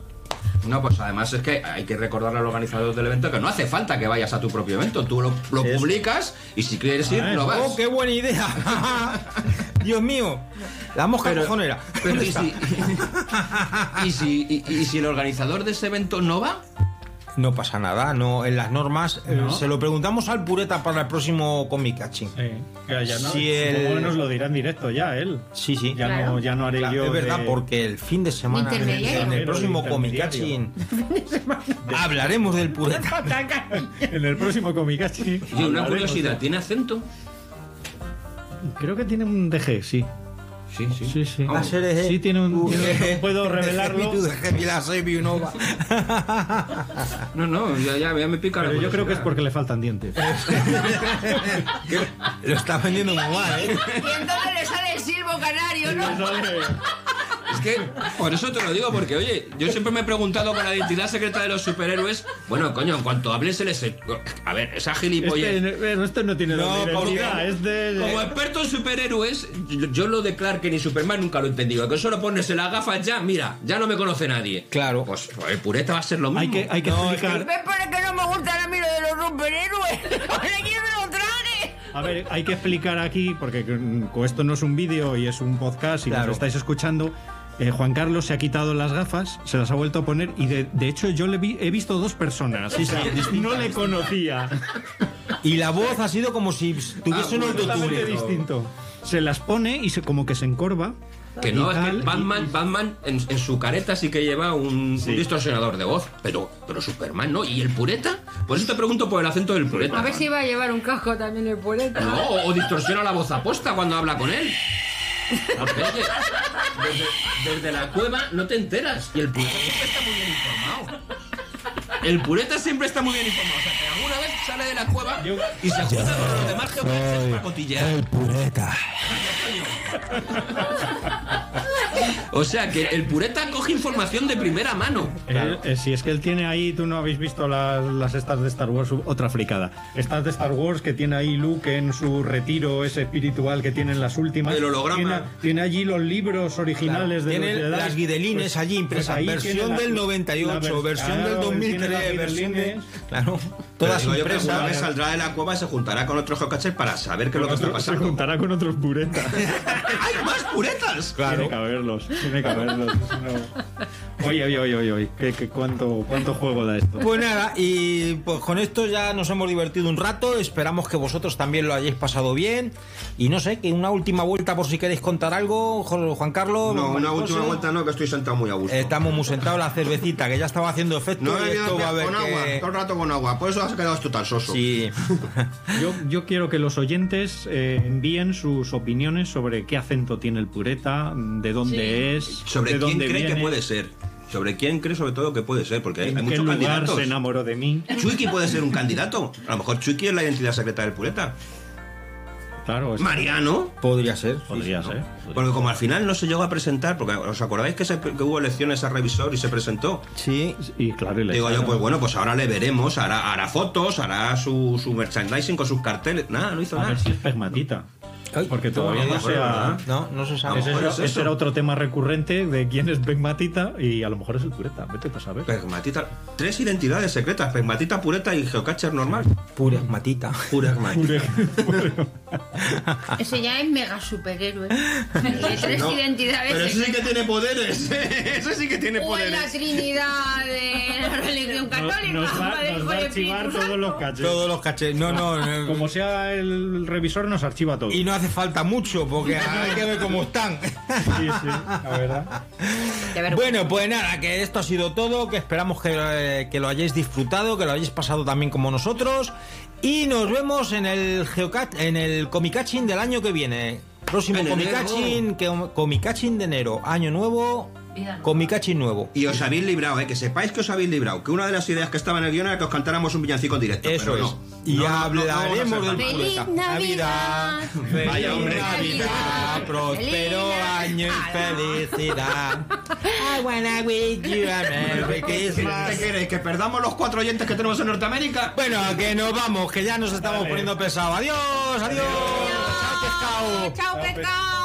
No, pues además es que hay que recordarle al organizador del evento que no hace falta que vayas a tu propio evento. Tú lo, lo
Eso.
publicas y si quieres ir,
Ah,
no vas.
¡Oh, qué buena idea! Dios mío, la mosca
Pero-
cojonera.
Pero ¿y si, y, si, y- y si el organizador de ese evento no va?
No pasa nada, no en las normas. eh,
No.
Se lo preguntamos al pureta para el próximo comic catching.
Eh, que ya no,
Si el-
supongo que nos lo dirá en directo ya él.
Sí, sí.
Ya, no,
Claro.
ya no haré
Claro,
yo.
es verdad,
de-
porque el fin de semana, en el-
Intermediario.
en el próximo Comic
Intermediario.
Catching, hablaremos del pureta.
En el próximo Comicachi.
Y una curiosidad, ¿tiene acento?
Creo que tiene un DG, sí.
Sí, sí. Ah,
Sí, sí.
La serie
eh,
es-
Sí, tiene un. tiene- no puedo revelarlo.
No, no, ya, ya, ya me pica la
Pero yo creo que es
curiosidad.
porque le faltan dientes.
Lo está vendiendo muy mal, ¿eh?
Y entonces le sale el silbo canario, ¿no?
Este
Es que, por eso te lo digo, porque oye, yo siempre me he preguntado con la identidad secreta de los superhéroes. Bueno, coño, en cuanto hables el ese. A ver, esa gilipollez.
Este, bueno, este no tiene
No,
doble
porque-
identidad, es de-
Como experto en superhéroes, yo- yo lo de Clark Kent y Superman nunca lo he entendido. Que solo ponerse las gafas ya, mira, ya no me conoce nadie.
Claro.
Pues, pues, el pureta va a ser lo mismo.
Hay que, hay que explicar.
¿Ves por qué no me gustan a mí lo de los superhéroes? ¡Ahora quiero que lo trague!
A ver, hay que explicar aquí, porque mm, co- esto no es un vídeo y es un podcast y
Claro.
nos estáis escuchando. eh, Juan Carlos se ha quitado las gafas, se las ha vuelto a poner y de, de hecho yo le vi- he visto dos personas. o sea, no le conocía.
Y la voz ha sido como si
Ah,
tuviese un
Totalmente
autotune.
distinto. Se las pone y se, como que se encorva.
Que no,
Y
es que
tal,
Batman, Batman en, en su careta sí que lleva un,
Sí.
un distorsionador de voz, pero, pero Superman no. ¿Y el pureta? Por eso te pregunto por el acento del pureta.
A ver si va a llevar un casco también el pureta.
No, o distorsiona la voz aposta cuando habla con él. Porque, Ah, pues, oye, desde, desde la cueva no te enteras. Y el pureta siempre está muy bien informado. El pureta siempre está muy bien informado. O sea, que alguna vez sale de la cueva y se junta con los demás geoparches para cotillear.
El pureta.
O sea, que el pureta coge información de primera mano.
Él, eh, si es que él tiene ahí, tú no habéis visto las, las estas de Star Wars, otra fricada. Estas de Star Wars que tiene ahí Luke en su retiro ese espiritual que tiene en las últimas.
El holograma.
Tiene, tiene allí los libros originales de
Tiene
los Jedi.
las guidelines
Pues-
allí
pues
impresas.
ahí
versión
tiene la-
del 98,
la vers-
versión
claro,
del
él tiene
2003,
las
versión de...
guidelines.
Claro, todas
Pero digo yo que alguna vez
impresas.
saldrá de la cueva y se juntará con otros geocachers para saber qué es lo que está
Se
pasando.
juntará con otros puretas.
¡Hay más puretas!
Tiene que haberlos, tiene que haberlos. No. Oye, oye, oye, oye, oye. ¿Qué, qué- cuánto, ¿Cuánto juego da esto?
Pues nada, y pues con esto ya nos hemos divertido un rato, esperamos que vosotros también lo hayáis pasado bien y no sé, que una última vuelta por si queréis contar algo, Jo- Juan Carlos.
No, una
Mariposa.
última vuelta no, que estoy sentado muy a gusto.
Estamos muy sentados la cervecita que ya estaba haciendo efecto
no
y
he
esto
ido
va a ver
con agua,
que...
todo el rato con agua. Por eso has quedado tú tan soso.
Sí.
Yo, yo quiero que los oyentes eh, envíen sus opiniones sobre qué acento tiene el pureta, de dónde es,
Sobre
de
quién
dónde
cree
viene,
que puede ser. Sobre quién cree sobre todo que puede ser, porque hay,
en
hay
qué
muchos
lugar
candidatos.
se enamoró de mí.
Chucky puede ser un candidato. A lo mejor Chucky es la identidad secreta del pureta.
Claro, es-
Mariano.
Pues Podría ser.
Podría ser.
Porque como al final no se llegó a presentar, porque os acordáis que, se- que hubo elecciones a revisor y se presentó.
Sí.
Y claro, y le
Digo yo,
echaron.
pues bueno, pues ahora le veremos, hará, hará fotos, hará su, su merchandising con sus carteles. Nada, no hizo
A
pues, nada.
ver si es pegmatita. Porque todavía
no,
no se ha...
No, no se sabe.
Ese,
Pues mejor
era-
es
ese
eso.
era otro tema recurrente de quién es Pegmatita y a lo mejor es el Tureta, vete tú a saber.
Pegmatita. Tres identidades secretas, pegmatita pureta y geocacher normal.
Pura matita.
Puragmatita.
Ese ya es mega superhéroe. De tres
No,
identidades.
Pero ese sí que tiene poderes. Ese sí que tiene
O en la
poderes.
trinidad de la religión católica.
nos va,
Padre,
nos
Hijo
va a
y
archivar
Espíritu
todos los caches.
Todos los cachés. No, no. no.
Como sea el revisor, nos archiva todo.
Y no hace falta mucho porque hay que ver cómo están.
Sí, sí, la verdad.
Santo. De ver-
Bueno, pues nada, que esto ha sido todo, que esperamos que, eh, que lo hayáis disfrutado, que lo hayáis pasado también como nosotros y nos vemos en el Geocat, en el Comicaching del año que viene. Próximo
En enero.
Comicaching, que- Comicaching de enero, año nuevo,
Vida nueva.
Comicaching nuevo.
Y os habéis librado, eh, que sepáis que os habéis librado. Que una de las ideas que estaba en el guion era que os cantáramos un villancico en directo.
Eso
pero no.
es. Y
No, no, no, no vamos a
hablaremos
hacer
del
nada.
Feliz
pureta.
Navidad.
Feliz
Vaya hombre.
Navidad,
Feliz
próspero
Navidad.
año y felicidad. I wanna wish you a Merry
¿Qué
Christmas.
queréis? ¿Que perdamos los cuatro oyentes que tenemos en Norteamérica?
Bueno, que nos vamos, que ya nos estamos poniendo pesados. Adiós, adiós. Chao, pescado.
Chao, pecado.